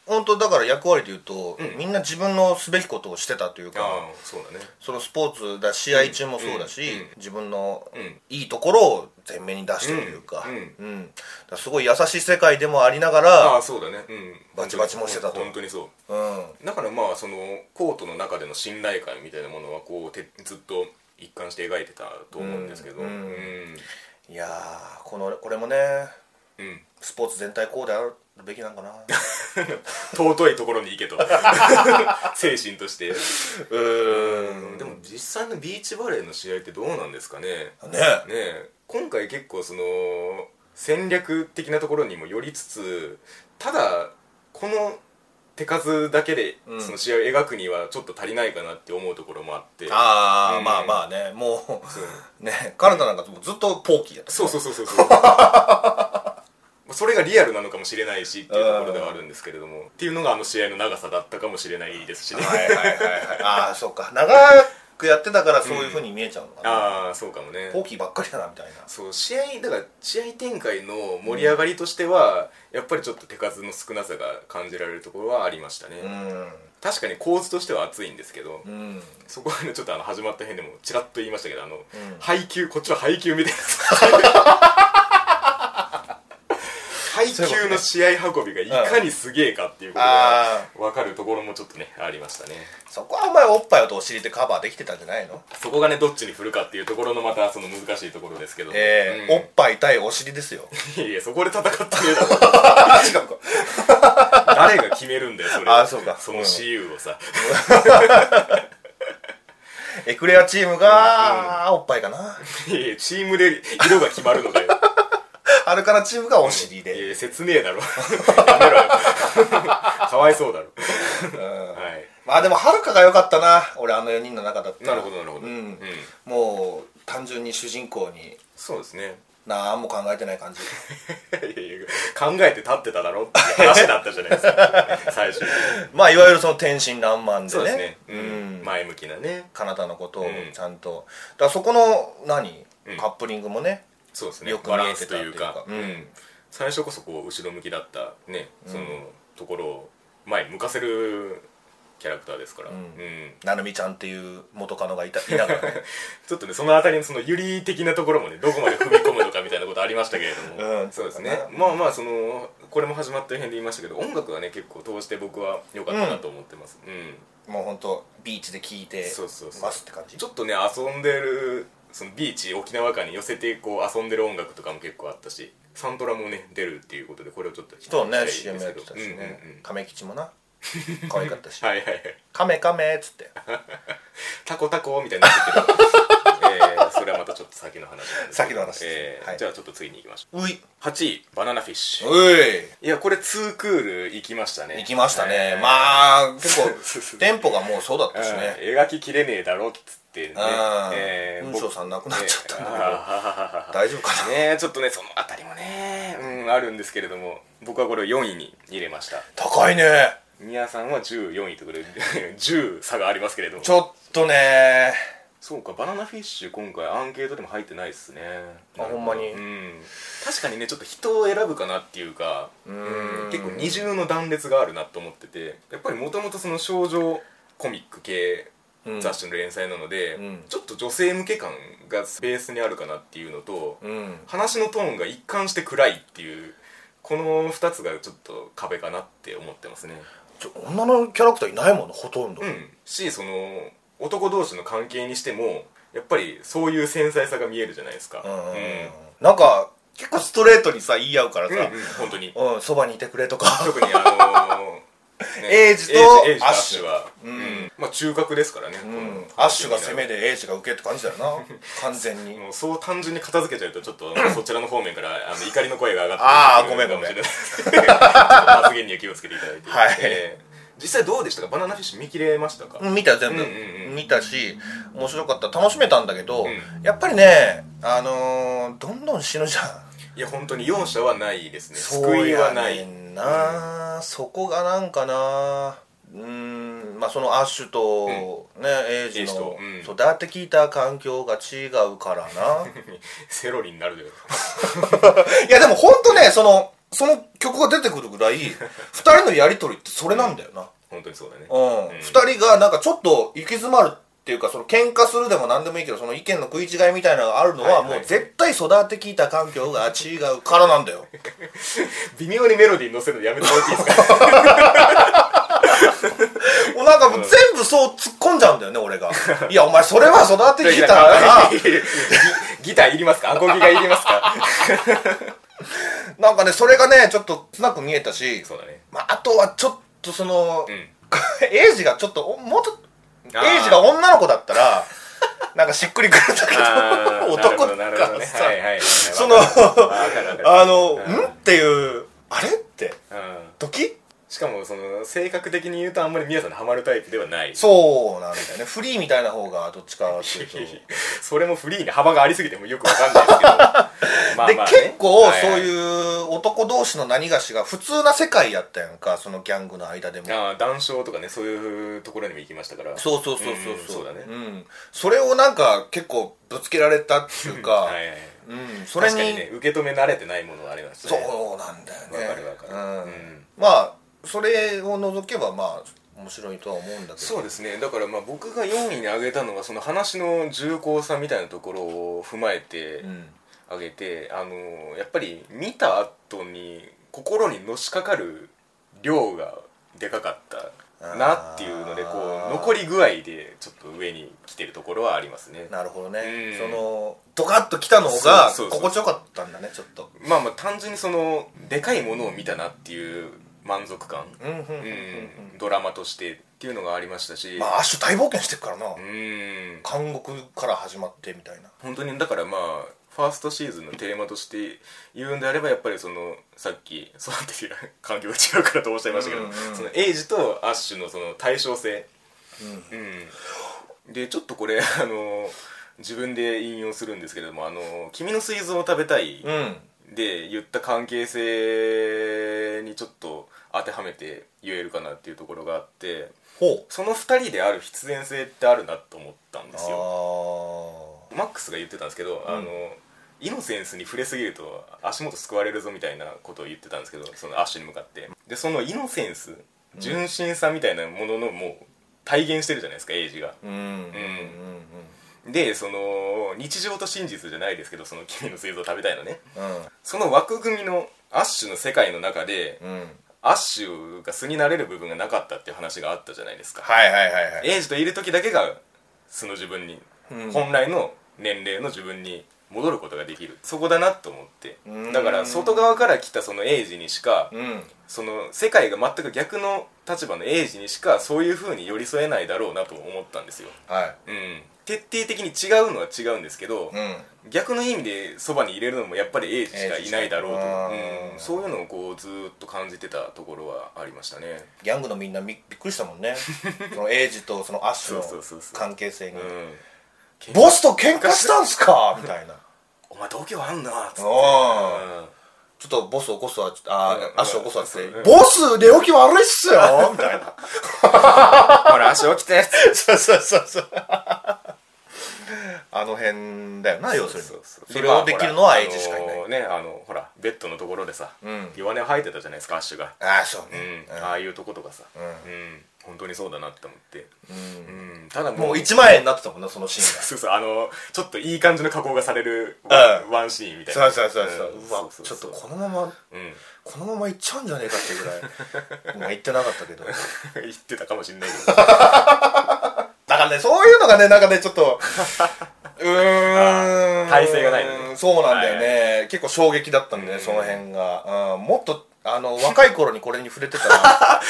B: 本当だから役割で言うと、
A: うん
B: みんな自分のすべきことをしてたというか
A: ああそうだね
B: そのスポーツだ試合中もそうだし、
A: うんうん
B: 自分の
A: うん
B: いいところを前面に出してるというか,、
A: う
B: うんんだからすごい優しい世界でもありなが
A: あ
B: ら、
A: あそうだねうん
B: バチバチもしてたと
A: 本当にそう
B: うん、
A: だからまあそのコートの中での信頼感みたいなものはこうてずっと一貫して描いてたと思うんですけど
B: うん
A: うん
B: いやーこのこれもね
A: うん
B: スポーツ全体こうであるべきなんかな
A: 尊いところに行 けと精神としてうんでも実際のビーチバレーの試合ってどうなんですかね
B: ね
A: ねえ今回結構その戦略的なところにもよりつつただこの手数だけで
B: うん
A: その試合を描くにはちょっと足りないかなって思うところもあって、
B: ああ、
A: うん
B: まあまあねも
A: そう
B: うねカナダなんかもうずっとポーキーやった
A: そうそうそうそう そうそれがリアルなのかもしれないしっていうところではあるんですけれどもっていうのがあの試合の長さだったかもしれないですしね
B: はいはいはいはい ああそうか長くやってたからそういうふうに見えちゃうのかな、
A: ああそうかもね
B: ポーキーばっかりだなみたいな
A: そう試合だから試合展開の盛り上がりとしては、やっぱりちょっと手数の少なさが感じられるところはありましたね、確かに構図としては熱いんですけど、
B: うんうん
A: そこはねちょっとあの始まった辺でもちらっと言いましたけどあの、配給こっちは配給みたいな配給の試合運びがいかにすげえかっていうことが
B: ああ
A: 分かるところもちょっとねありましたね
B: そこはお前おっぱいとお尻でカバーできてたんじゃないの
A: そこがねどっちに振るかっていうところのまたその難しいところですけども
B: ええ
A: うん
B: おっぱい対お尻ですよ
A: いやいやそこで戦ってねえだろ
B: あ違うか
A: 誰が決めるんだよそれ
B: あそうか
A: その私有をさ、
B: エクレアチームが、おっぱいかない
A: やいやチームで色が決まる のかよ
B: アルカナチームがお尻
A: い
B: で、
A: やいや説明だろ やめろよ かわいそうだろ
B: うん
A: はい
B: まあでもはるかが良かったな俺あの4人の中だったら
A: なるほどなるほど、
B: うん
A: うん、
B: もう単純に主人公に
A: そうですね
B: 何も考えてない感じ
A: いやいや考えて立ってただろって話だったじゃないです か最初に
B: まあいわゆるその天真爛漫でね
A: そうですね、うん
B: うん
A: 前向きなね
B: カナダのことを
A: うん
B: ちゃんと、だからそこの何、
A: うん
B: カップリングもね
A: そうですね
B: よく
A: バ
B: 見
A: ラ
B: え
A: ン
B: て
A: ス
B: た
A: と
B: って
A: い
B: いううか
A: かうん最初こそこう後ろ向きだったねその、ところを前に向かせるキャラクターですから、
B: うん
A: うん
B: なるみちゃんっていう元カノがいたいながらね、
A: ちょっとねそのあたりのそのユリ的なところもねどこまで踏み込むのかみたいなことありましたけれども、
B: うん
A: そうですねまあまあそのこれも始まった辺で言いましたけど音楽はね結構通して僕は良かったなと思ってます、うん
B: もう本当ビーチで聴いて
A: そうそうそう
B: ますって感じ
A: ちょっとね遊んでるそのビーチ沖縄間に寄せてこう遊んでる音楽とかも結構あったしサントラもね出るっていうことでこれをちょっと期待
B: そうね
A: したいん
B: CM
A: です
B: やっ
A: けど
B: てたしね、
A: うんうんうん
B: 亀吉もな可愛かったし
A: はいはいはい
B: 「カメカメ」っつって
A: タコタコみたいになってるけ どえーそれはまたちょっと先の話なんですけど
B: 先の話ですね
A: えー
B: はい
A: じゃあちょっと次に行きましょ
B: ういう
A: 8位バナナフィッシュ
B: うい
A: いやこれツークール行きましたね
B: 行きましたね、ま
A: あ
B: あ結
A: そうそ
B: 構
A: う
B: テンポがもうそうだったしね
A: 描ききれねえだろっつってね
B: うん
A: えー
B: 文章
A: 僕
B: さん亡くなっ ちゃったんだけど
A: ねあー
B: 大丈夫かな
A: ねえちょっとねそのあたりもねうんあるんですけれども僕はこれを4位に入れました
B: 高いね
A: 宮さんは14位ということで 10差がありますけれども
B: ちょっとね
A: そうかバナナフィッシュ今回アンケートでも入ってないっすね
B: あほんまに
A: うん確かにねちょっと人を選ぶかなっていうか
B: ーん
A: 結構二重の断裂があるなと思っててやっぱりもともとその少女コミック系
B: うん
A: 雑誌の連載なので、
B: うん
A: ちょっと女性向け感がベースにあるかなっていうのと、
B: うん
A: 話のトーンが一貫して暗いっていうこの2つがちょっと壁かなって思ってますね
B: ちょ女のキャラクターいないもんねほとんど、
A: うんしその男同士の関係にしてもやっぱりそういう繊細さが見えるじゃないですか
B: うん
A: うん
B: なんか結構ストレートにさ言い合うからさ
A: うんうん本当に
B: うん、そばにいてくれとか
A: 特にあの
B: エイジと
A: エイジエイジと
B: ア
A: アッ
B: ッシ
A: シ
B: ュ
A: ュは
B: うん
A: うんまあ中核ですからね
B: う
A: こ
B: ん
A: の
B: アッシュが攻めでエイジが受けって感じだよな完全に
A: もうそう単純に片付けちゃうとちょっとそちらの方面からあの怒りの声が上がって
B: あー
A: くる
B: ごめんごめん
A: かもしれないちょっと発言には気をつけていただいて、
B: はい
A: えー実際どうでしたかバナナフィッシュ見切れましたか、
B: うん見た全部、
A: うんうんうん
B: 見たし面白かった楽しめたんだけど、
A: うん
B: やっぱりねあのーどんどん死ぬじゃん
A: いや本当に容赦はないですね
B: そう
A: 救いはな
B: や
A: い
B: ねんな、そこがなんかなうーんまあそのアッシュと、ねエイジ
A: エイジ
B: の
A: とうん
B: 育ってきた環境が違うからな
A: セロリになるでよ
B: いやでも本当ねそのその曲が出てくるぐらい二人のやり取りってそれなんだよな、
A: 本当にそうだね
B: うん
A: うん
B: 二人がなんかちょっと行き詰まるっていうかその喧嘩するでも何でもいいけどその意見の食い違いみたいなのがあるのは
A: はいは
B: も
A: いう
B: 絶対育ってきた環境が違うからなんだよ
A: 微妙にメロディーに乗せるのやめてもらっていいですか
B: もうなんかもう全部そう突っ込んじゃうんだよね俺がいやお前それは育ってき たから
A: ギギターいりますかアコギがいります か
B: なんかねそれがねちょっとつなく見えたし、
A: そうだね
B: まあ、あとはちょっとその、
A: うん
B: エイジがちょっとおもうちょっと
A: あー
B: エイジが女の子だったら なんかしっくりくるんだけ
A: あ ー
B: ど 男だか
A: なるほどなるほど
B: ら
A: ね
B: さ、
A: はいはいはい
B: その
A: わかるわかる
B: あの、
A: うん
B: んっていう、あれって、
A: うん
B: ドキッ
A: しかもその性格的に言うとあんまり皆さんにハマるタイプではない
B: そうなんだよね。フリーみたいな方がどっちかっていうと。
A: それもフリーに幅がありすぎてもよくわかんないです けどまあ
B: で、
A: まあね
B: 結構
A: はい
B: そ
A: は
B: う
A: い
B: いう男同士の何がしが普通な世界やったやんか、そのギャングの間でも。
A: ああ談笑とかねそういうところにも行きましたから
B: そうそうそうそ
A: う
B: う
A: んそうだね
B: ん。それをなんか結構ぶつけられたっていうか、
A: はいはい
B: うん。それ
A: 確
B: に
A: かにね受け止め慣れてないものはありますね
B: そうなんだよね。
A: わかるわかる
B: うん
A: うん
B: まあ、それを除けばまあ、面白いとは思うんだけど。
A: そうですねだからまあ僕が4位に挙げたのはその話の重厚さみたいなところを踏まえて
B: うん。
A: 挙げて、あのやっぱり見た後に心にのしかかる量がでかかったなっていうので
B: あ
A: こ
B: ー
A: う残り具合でちょっと上に来てるところはありますね
B: なるほどね、
A: うん
B: そのドカッと来たのが
A: そうそうそう
B: 心地よかったんだねちょっと
A: まあまあ単純にそのでかいものを見たなっていう満足感、
B: うんうんうんう
A: う
B: んうん
A: ん、ドラマとしてっていうのがありましたし、
B: まあアッシュ大冒険してるからな、
A: うん
B: 監獄から始まってみたいな
A: 本当にだからまあファーストシーズンのテーマとして言うんであればやっぱりそのさっき育ってる環境が違うからとおっしゃいましたけど、
B: うんうんうん
A: そのエイジとアッシュのその対称性、うんでちょっとこれあの自分で引用するんですけれども「あの君の水臓を食べたい」
B: うん
A: で言った関係性にちょっと当てはめて言えるかなっていうところがあって
B: ほう
A: その2人である必然性ってあるなと思ったんですよ。
B: あ
A: マックスが言ってたんですけど、あのイノセンスに触れすぎると足元すくわれるぞみたいなことを言ってたんですけどそのアッシュに向かってでそのイノセンス純真さみたいなもののもう体現してるじゃないですかエイジが
B: うんうん
A: でその日常と真実じゃないですけどその君の水臓食べたいのね
B: うん
A: その枠組みのアッシュの世界の中で
B: うんうん
A: アッシュが素になれる部分がなかったっていう話があったじゃないですか
B: はいはいはいはい
A: エイジといる時だけが素の自分に、
B: うん
A: 本来の年齢の自分に戻ることができるそこだなと思って
B: うん
A: だから外側から来たそのエイジにしか
B: うん
A: その世界が全く逆の立場のエイジにしかそういう風に寄り添えないだろうなと思ったんですよ
B: はい
A: うん徹底的に違うのは違うんですけど、
B: うん
A: 逆の意味でそばに入れるのもやっぱりエイジしかいないだろうと、
B: エイ
A: うん
B: ジしか
A: そういうのをこうずーっと感じてたところはありましたね
B: ギャングのみんなびびっくりした もんねそのエイジとそのアッシ
A: そう
B: ュの
A: そうそうそう
B: 関係性に
A: うん
B: 「ボスと喧嘩したんす か!」みたいな
A: お前度胸あんなっつって
B: おー
A: うん
B: ちょっとボス起こすわちょっとあ
A: うん
B: ーアッシュ起こすわって
A: うん
B: 「ボス寝起き悪いっすよ!」みたいな
A: ほら足起きて
B: そうそうそうそうあの辺だよな要するにそれをできるのはエイジしかいな
A: あ
B: い
A: のねあのほらベッドのところでさ、
B: うん
A: 弱音吐いてたじゃないですかアッシュが、
B: ああそう
A: うん
B: ね
A: ああいうとことかさ、
B: うん
A: 本当にそうだなって思って、
B: うん
A: うんただもう
B: もう1万円になってたもんなそのシーン が
A: そうそうあのちょっといい感じの加工がされるワ,、
B: うん
A: ワンシーンみたい
B: そ
A: な
B: うそうそうそう、
A: ん
B: うわ
A: そう
B: ち
A: そ
B: ょ
A: う
B: っ
A: そ
B: と
A: う
B: このまま
A: う
B: このまま行っちゃうんじゃねえかってい うぐらいまあ言ってなかったけどだか
A: ん 言ってたかもしんないけど
B: らねそういうのがねなんかねちょ っとう
A: あ
B: ー
A: ー
B: ん
A: 体勢がないのね
B: そうなんだよね、結構衝撃だったんで、ね、その辺が、うん、もっとあの若い頃にこれに触れて たら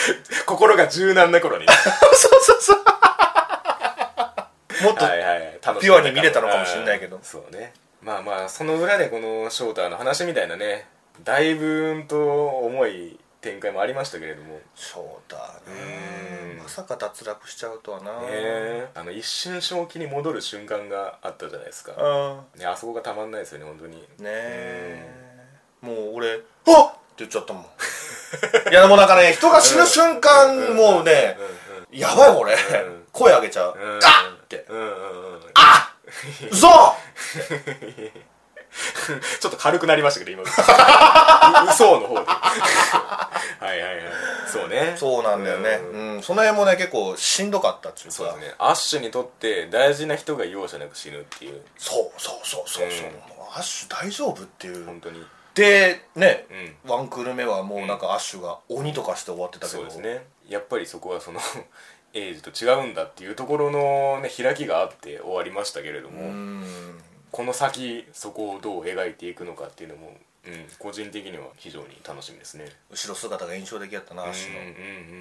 A: 心が柔軟な頃にね
B: そうそうそうもっと、
A: はいはいはい楽しめたかも
B: ピュアに見れたのかもしんないけど
A: うんそうねまあまあその裏でこの翔太の話みたいなねだいぶんと重い展開もありましたけれどもね
B: そうだ
A: う
B: ね
A: ん
B: まさか脱落しちゃうとはな、
A: えあの一瞬正気に戻る瞬間があったじゃないですか、
B: う
A: ね、あそこがたまんないですよね本当に
B: んねえもう俺「あっ!」って言っちゃ ったもんいやでもなんかね人が死ぬ瞬間もうねやばい俺
A: ん
B: 声上げちゃう
A: うん
B: 「あっ!」って
A: うんうんうんうん
B: 「あっ!」嘘
A: ちょっと軽くなりました けど今う嘘の方ではいはいはいそうね
B: そうなんだよね
A: うん
B: うんその辺もね結構しんどかったっていう
A: そうで
B: か
A: すねアッシュにとって大事な人が容赦なく死ぬっていう
B: そうそうそうそうそう
A: うん
B: もうアッシュ大丈夫っていう
A: 本当に
B: でね
A: うん
B: ワンクール目はもうなんかアッシュが鬼とかして終わってたけ
A: そうです
B: ど
A: ねやっぱりそこはその エイジと違うんだっていうところの、ね、開きがあって終わりましたけれども、
B: うん
A: この先そこをどう描いていくのかっていうのも、うん、個人的には非常に楽しみですね
B: 後ろ姿が印修的やったなアッシュ
A: うんうん
B: の
A: う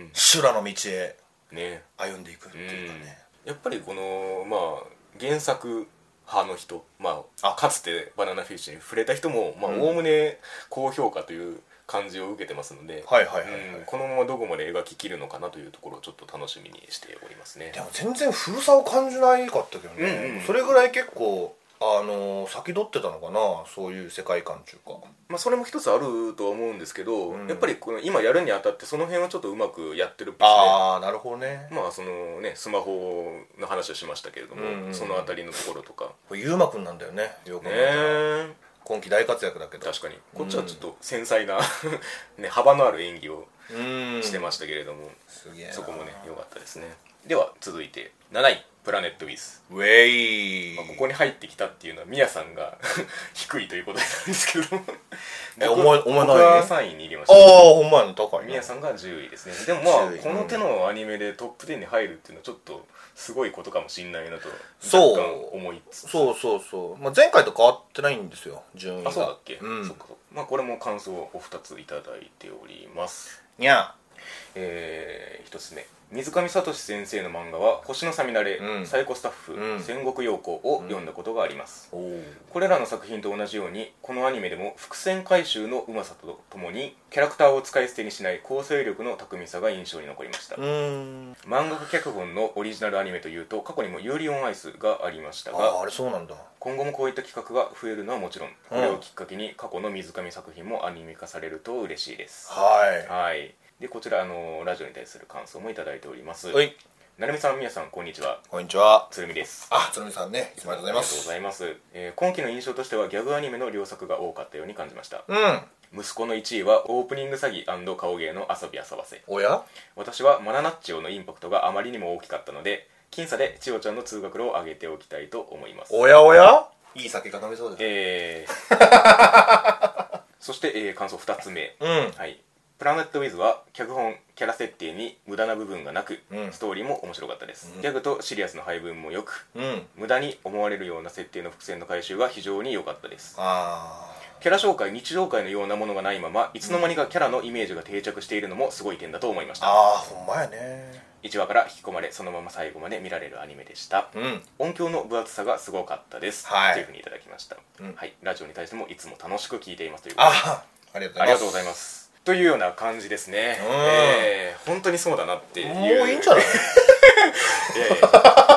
A: ん
B: 修羅の道へ
A: ね
B: 歩んでいくっていうかね
A: やっぱりこのまあ原作派の人、まあ、
B: あ
A: かつてバナナフィッシュに触れた人もまあ
B: うん
A: おおむね高評価という感じを受けてますので、
B: はいはいはいはい
A: うんこのままどこまで描ききるのかなというところをちょっと楽しみにしておりますね
B: でも全然古さを感じないかったけど
A: う
B: ね、
A: んうん
B: それぐらい結構あのー先取ってたのかなそういう世界観っていうか
A: まあ、それも一つあるとは思うんですけど、
B: うん
A: やっぱりこの今やるにあたってその辺はちょっとうまくやってるっぽいで
B: ああなるほどね
A: すねまあそのねスマホの話をしましたけれども、
B: うんうん
A: そのあたりのところとか
B: これゆうまくんなんだよねよ
A: ね
B: く考えたら今季大活躍だけど
A: 確かにこっちはちょっと繊細な、 ね、幅のある演技を
B: うん
A: してましたけれども、
B: すげえな
A: そこもね良かったですねでは続いて7位プラネットウィズ、
B: ウェイ、
A: まあ、ここに入ってきたっていうのはミヤさんが 低いということなんですけど
B: え
A: 僕
B: お前お前何位
A: 僕は3位に入れまし
B: あ
A: た
B: あほんまやな高い
A: 宮
B: ね
A: さんが10位ですねでもまあ
B: 10位
A: この手のアニメでトップ10に入るっていうのはちょっとすごいことかもしんないなと
B: そう
A: 若干思いつつ
B: そうそうそう、まあ、前回と変わってないんですよ順位が
A: あそうだっけ、
B: うん
A: そっかそっかまあこれも感想をお二ついただいております
B: にゃ
A: えー、1つ目水上聡先生の漫画は「星のさみなれ」
B: うん
A: サイコスタッフ」
B: うん
A: 戦国陽子」を読んだことがあります、
B: おお
A: これらの作品と同じようにこのアニメでも伏線回収のうまさとともにキャラクターを使い捨てにしない構成力の巧みさが印象に残りました
B: うーん
A: 漫画家脚本のオリジナルアニメというと過去にも「ユーリオンアイス」がありました
B: ああ
A: が
B: あれそうなんだ
A: 今後もこういった企画が増えるのはもちろんこれをきっかけに過去の水上作品もアニメ化されると嬉しいです
B: は
A: はいでこちらあのラジオに対する感想もいただいております
B: いはい
A: なるみさんみやさんこんにちは
B: こんにちは
A: つるみです
B: あつるみさんねいつもありがとうございま
A: ありが
B: す
A: とうございます、えー今期の印象としてはギャグアニメの両作が多かったように感じました
B: うん。
A: 息子の1位はオープニング詐欺顔芸の遊び遊ばせ
B: おや
A: 私はマナナッチオのインパクトがあまりにも大きかったので僅差で千代ちゃんの通学路を上げておきたいと思います
B: おやおやいい酒が飲めそうです
A: え ーそして、えー感想2つ目
B: うん
A: はいプラネットウィズは脚本キャラ設定に無駄な部分がなく、
B: うん
A: ストーリーも面白かったです、
B: うん
A: ギャグとシリアスの配分もよく
B: うん
A: 無駄に思われるような設定の伏線の回収が非常に良かったです
B: あ
A: キャラ紹介日常会のようなものがないままいつの間にかキャラのイメージが定着しているのもすごい点だと思いまし
B: ー
A: た
B: あーほんまやね
A: 1話から引き込まれそのまま最後まで見られるアニメでした
B: うん
A: 音響の分厚さがすごかったです、
B: はい
A: というふうにいただきました、
B: うん
A: はい、ラジオに対してもいつも楽しく聞いていますということで
B: あーありがとう
A: あ
B: ございます
A: りがとうございますというような感じですね、
B: うん
A: えー本当にそうだなっていう
B: もういいんじゃな い
A: いやいや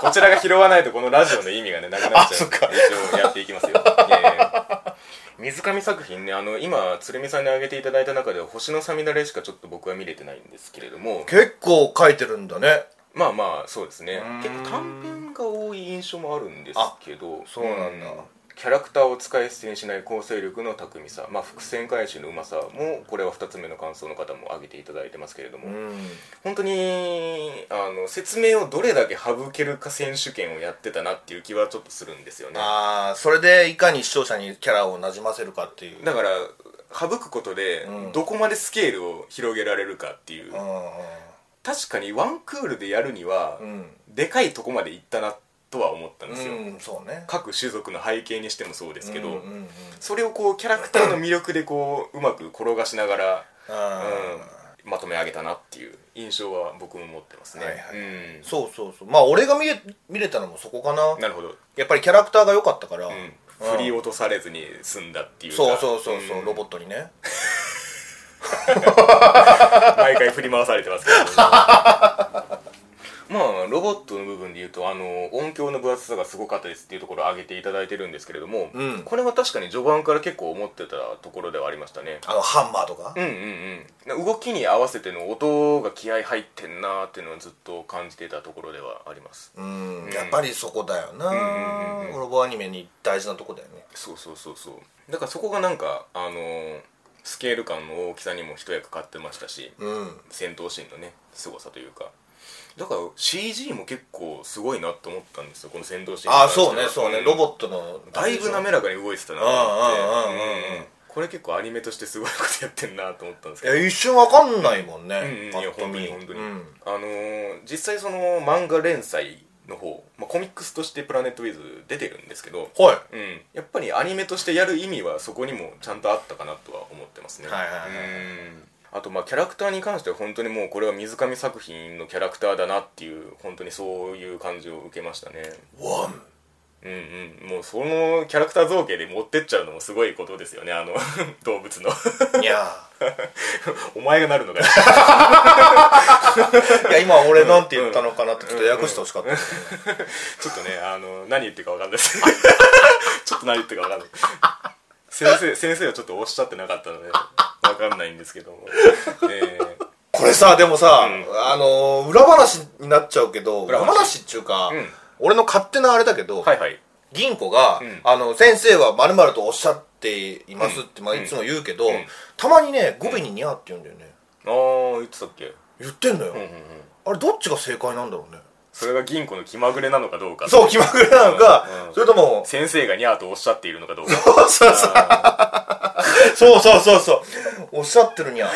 A: こちらが拾わないとこのラジオの意味がねなくなっ
B: あ
A: ちゃ
B: そうっか
A: 一応やっていきますよいやいや水上作品ねあの今鶴見さんに挙げていただいた中では星のさみだれしかちょっと僕は見れてないんですけれども
B: 結構書いてるんだね
A: まあまあそうですね
B: うん
A: 結構短編が多い印象もあるんですけど
B: そうなんだ
A: キャラクターを使い捨てにしない構成力の巧みさ、まあ、伏線回収のうまさもこれは2つ目の感想の方も挙げていただいてますけれども、
B: ん
A: 本当にあの説明をどれだけ省けるか選手権をやってたなっていう気はちょっとするんですよね
B: ああそれでいかに視聴者にキャラをなじませるかっていう
A: だから省くことで
B: うん
A: どこまでスケールを広げられるかっていう、
B: う
A: 確かにワンクールでやるには、
B: んうん
A: でかいとこまで行ったなとは思ったんですよ、
B: うんそうね
A: 各種族の背景にしてもそうですけど、
B: うんうんうん
A: それをこうキャラクターの魅力でこううまく転がしながら、
B: あー
A: うん、まとめ上げたなっていう印象は僕も持ってますね、
B: はいはい
A: うん
B: そうそうそうまあ俺が見れ見れたのもそこかな
A: なるほど、
B: やっぱりキャラクターが良かったから、
A: うん、振り落とされずに済んだっていうか
B: そうそうそうそう、ロボ
A: ッ
B: ットにね
A: ト 毎回振り回されてますけど まあロボットの部分で言うとあの音響の分厚さがすごかったですっていうところを挙げていただいてるんですけれども、
B: うん
A: これは確かに序盤から結構思ってたところではありましたね
B: あのハンマーとか
A: うんうんうん動きに合わせての音が気合入ってんなーっていうのはずっと感じてたところではあります
B: うん、
A: うん
B: やっぱりそこだよな、
A: んうんうんうん
B: ロボアニメに大事なとこだよね
A: そうそうそうそうだからそこがなんかあのースケール感の大きさにも一役買ってましたし、
B: うん
A: 戦闘シーンのね凄さというかだから CG も結構すごいなと思ったんですよこの戦闘シーン
B: ああそうねそうね、ロボ
A: ッ
B: ットの
A: トだいぶ
B: め
A: 滑らかに動いてたなと
B: う
A: 思
B: んうんうんうんうん
A: ってうんこれ結構アニメとしてすごいことやってんなと思ったんです
B: い
A: けど
B: や一瞬わかんないもんね、
A: うんうんい
B: パ
A: や
B: ッと
A: 本当
B: 見
A: に本当に、
B: うん
A: あのー実際その漫画連載の方、まあ、コミックスとして「プラネットウィズ」出てるんですけど
B: ほい
A: うん、やっぱりアニメとしてやる意味はそこにもちゃんとあったかなとは思ってますね
B: はいはいはいはい
A: うんあとまあキャラクターに関しては本当にもうこれは水上作品のキャラクターだなっていう本当にそういう感じを受けましたね
B: ワン
A: うんうんもうそのキャラクター造形で持ってっちゃうのもすごいことですよねあの 動物の
B: いや
A: お前がなるのかよ
B: ーいや今俺なんて言ったのかなってちょっと訳してほしかった、
A: ちょっとね、あの、何言ってるか分かんない です。ちょっと何言ってるか分かんない。先生、先生はちょっとおっしゃってなかったので、分かんないんですけども。え
B: これさでもさ、
A: うん
B: あのー裏話になっちゃうけど
A: 裏
B: 裏
A: 話
B: 話っていうか、
A: うん
B: 俺の勝手なあれだけど、
A: ーはいはい。
B: 銀子が、
A: うん
B: あの先生はまるとおっしゃっていますって、まあ、
A: うん
B: いつも言うけど、
A: うん
B: たまにね語尾にニャーって言うんだよね
A: あー、言ってたっけ
B: 言ってんのよ、
A: うんうんうん。
B: あれどっちが正解なんだろうね
A: それが銀行の気まぐれなのかどうか。
B: そう気まぐれなのか、
A: うん
B: それとも
A: 先生がニャーとおっしゃっているのかどうか。
B: そうそうそう
A: あ
B: そうそうそうそうおっしゃってるにゃ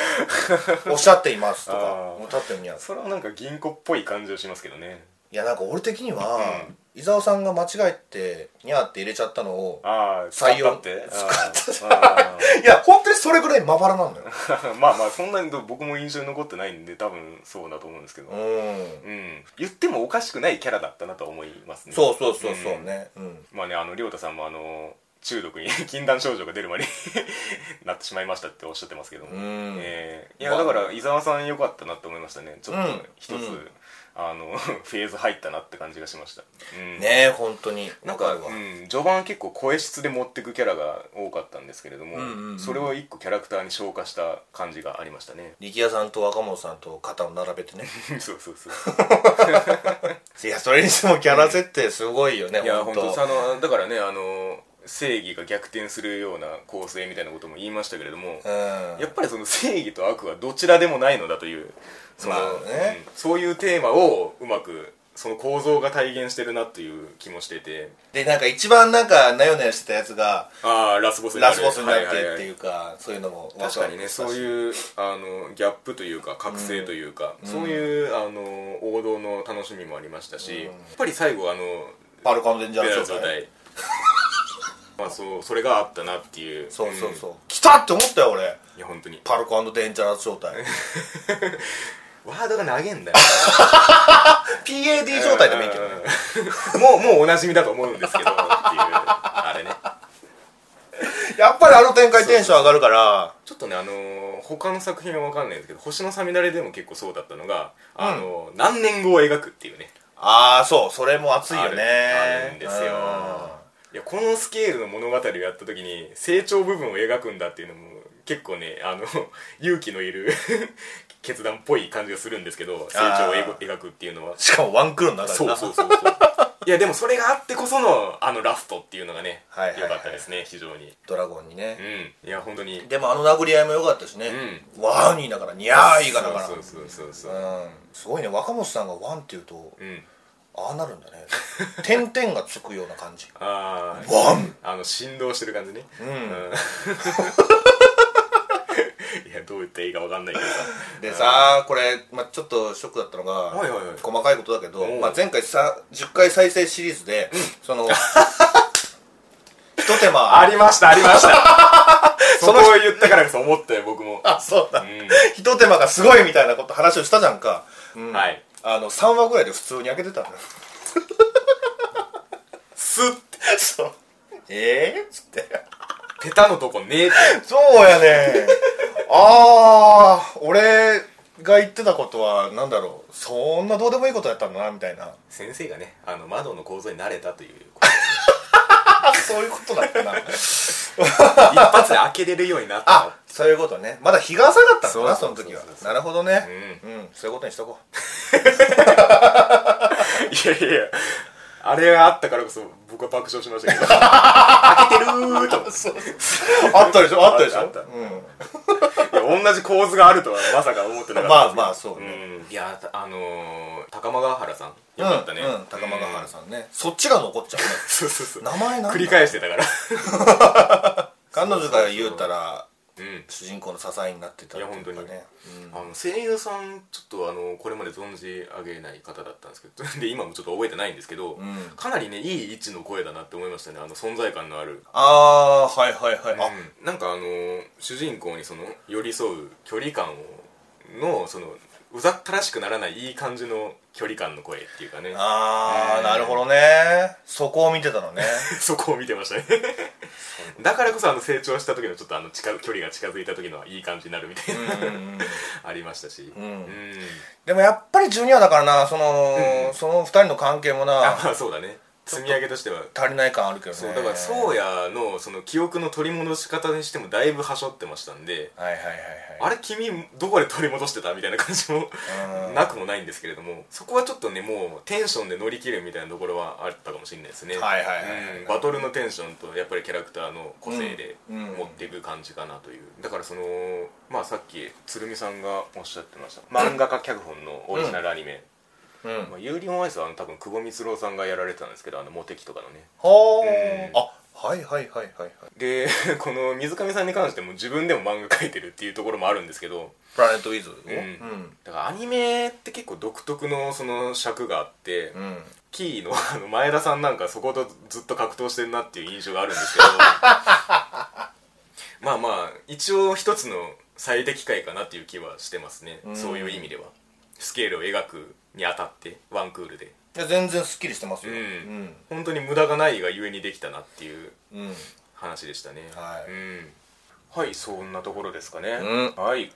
B: おっしゃっています と
A: あ
B: か
A: ー
B: おっしゃってるにゃ
A: ーそれはなんか銀行っぽい感じをしますけどね。
B: いやなんか俺的には、
A: うん
B: 伊沢さんが間違えてにゃーって入れちゃったのを
A: あー、
B: 採
A: 使
B: 用
A: ったって。
B: 使
A: あー
B: いや本当にそれぐらいまばらなんだよ
A: あー まあまあ、そんなに僕も印象に残ってないんで、多分そうだと思うんですけど。
B: うん
A: うん、言ってもおかしくないキャラだったなとは思いますね
B: そうそうそうそうねうん
A: まあねあの亮太さんもあの中毒に 禁断症状が出るまで なってしまいましたっておっしゃってますけども、
B: うん
A: えーいやだから伊沢さん良かったなって思いましたねちょっと一つ、
B: うんうん
A: あの フェーズ入ったなって感じがしました、うん、
B: ねえ本当に
A: なん
B: わ
A: か、
B: るわ
A: うん、序盤結構声質で持ってくキャラが多かったんですけれども、
B: うんうんうん
A: それを一個キャラクターに昇華した感じがありましたね
B: 力也さんと若本さんと肩を並べてね
A: そうそうそう
B: いやそれにしてもキャラ設定すごいよね、
A: いや
B: 本
A: 本
B: 当
A: 当さあのだからねあの正義が逆転するような構成みたいなことも言いましたけれども、
B: うん
A: やっぱりその正義と悪はどちらでもないのだというその、
B: まあね
A: うんそういうテーマをうまくその構造が体現してるなという気もしていて
B: でなんか一番なんかなよなよしてたやつが
A: ああラスボスにな
B: ラ
A: る
B: スボスになってっ
A: はいはい
B: て
A: はい
B: いうかそういうのも
A: 確かにねそう
B: う
A: いうあのギャップというか覚醒というか、そういうあの王道の楽しみもありましたし、やっぱり最後あの
B: パルカのデンジャ
A: ベラ
B: ー
A: ル
B: 状
A: 状
B: 態
A: 態 まあそうそれがあったなっていう
B: そうそうそうう来たって思ったよ俺
A: んいや本当に
B: パルコデンジャラス状態
A: ワードが投げんだよ
B: PAD 状態でもいいけど
A: うん もうもうおなじみだと思うん ですけどっていうあれね
B: やっぱりあの展開テンション上がるから
A: ちょっとねあのー他の作品は分かんないんですけど「星のさみだれ」でも結構そうだったのが、あのー何年後を描くっていうね
B: ああそうそれも熱いよね
A: あるあるんですよ
B: う
A: いやこのスケールの物語をやった時に成長部分を描くんだっていうのも結構ねあの 勇気のいる 決断っぽい感じがするんですけど成長を
B: あ
A: 描くっていうのは
B: んしかもワンクールの中で
A: そう
B: な
A: そうそうそう いやでもそれがあってこそのあのラストっていうのがね
B: はいはいはい
A: 良かったですね非常に
B: ドラゴンに
A: う
B: ね、
A: んいや本当に
B: でもあの殴り合いも良かったしね、ワーニーだからニャーイがだから
A: そううそうそうそう、
B: んすごいね若本さんがワンって言うと
A: うん、
B: ああなるんだね点々がつくような感じ
A: ああ
B: ワン
A: あの振動してる感じね
B: うん
A: いやどう言っていいかわかんないけどさ
B: でさこれ、まあ、ちょっとショックだったのが、
A: はいはいはい
B: 細かいことだけ
A: お
B: ど、
A: う
B: まあ、前回さ10回再生シリーズで、そ の一手間
A: ありましたありました そこを言ったからこそ思ったよ僕も、
B: あそうだ、
A: う
B: 一手間がすごいみたいなこと話をしたじゃんか、うん
A: はい
B: あの3話ぐらいで普通に開けてたのよ
A: スッて
B: そうええっつって
A: ペタのとこねえって
B: そうやねああ俺が言ってたことはなんだろうそんなどうでもいいことやったんだなみたいな
A: 先生がねあの窓の構造に慣れたという
B: あそういうことだったな
A: 一発で開けれるようになったなって
B: あそういうことねまだ日が浅かったのかな
A: そ
B: そう
A: そうそう
B: の時は
A: そうそう
B: なるほどねうん、そういうことにしとこう
A: いやいやいやあれがあったからこそ僕は爆笑しま したけど開けてるーと思って
B: あったでしょあったでし
A: あ
B: ょ
A: ったあっ
B: う
A: いや同じ構図があるとはまさか思ってなか
B: ん、
A: ったで
B: まあ
A: す
B: まあそう
A: う
B: ね、
A: んいやあのー、高間ヶ原さんよ
B: うん、
A: かったね、
B: うん、高間ヶ原
A: ん
B: さんね、そっちが残っちゃうね
A: そうそうそう
B: 名前なんだ
A: 繰り返してたから
B: 彼女が言うたら
A: うん
B: 主人公の支えになってたっていうか
A: いや本当
B: ね
A: あの声優さんちょっとあのこれまで存じ上げない方だったんですけどで今もちょっと覚えてないんですけど、
B: ん
A: かなりねいい位置の声だなって思いましたねあの存在感のある
B: ああーはいはいはい、あ
A: うんなんかあのー主人公にその寄り添う距離感をのそのうざったらしくならないいい感じの距離感の声っていうかね
B: あ
A: うん
B: あなるほどねそこを見てたのね
A: そこを見てましたねだからこそあの成長した時のちょっとあの近距離が近づいた時のいい感じになるみたいな、 ありましたしうん、
B: でもやっぱりジュニアだからなその、その2人の関係も
A: あ
B: な
A: まあそうだね積み上げとしては
B: 足りない感あるけどね
A: そうだからそうやのその記憶の取り戻し方にしてもだいぶはしょってましたんで
B: はいはいはいはい
A: あれ君どこで取り戻してたみたいな感じも
B: うん
A: なくもないんですけれどもそこはちょっとねもうテンションで乗り切るみたいなところはあったかもしれないですね
B: はいはいはい
A: うんバトルのテンションとやっぱりキャラクターの個性で
B: うんうん
A: 持っていく感じかなというだからそのまあさっき鶴見さんがおっしゃってました漫画家脚本のオリジナルアニメ
B: うん
A: まあユーリオンアイスはあの多分久保光郎さんがやられてたんですけどあのモテキとかのね
B: ほー
A: うん
B: あはいはいはいはいはい
A: で この水上さんに関しても自分でも漫画描いてるっていうところもあるんですけど
B: プラネットウィズを
A: うんだからアニメって結構独特のその尺があって、
B: うん、うん
A: キーの あの前田さんなんかそことずっと格闘してるなっていう印象があるんですけど まあまあ一応一つの最適解かなっていう気はしてますね、
B: ん
A: そういう意味ではスケールを描くにあたってワンクールで
B: いや全然すっきりしてますよ
A: う
B: うんん、
A: 本当に無駄がないがゆえにできたなっていう
B: うん
A: 話でしたね
B: はい
A: うんはいそんなところですかね、
B: うん
A: はい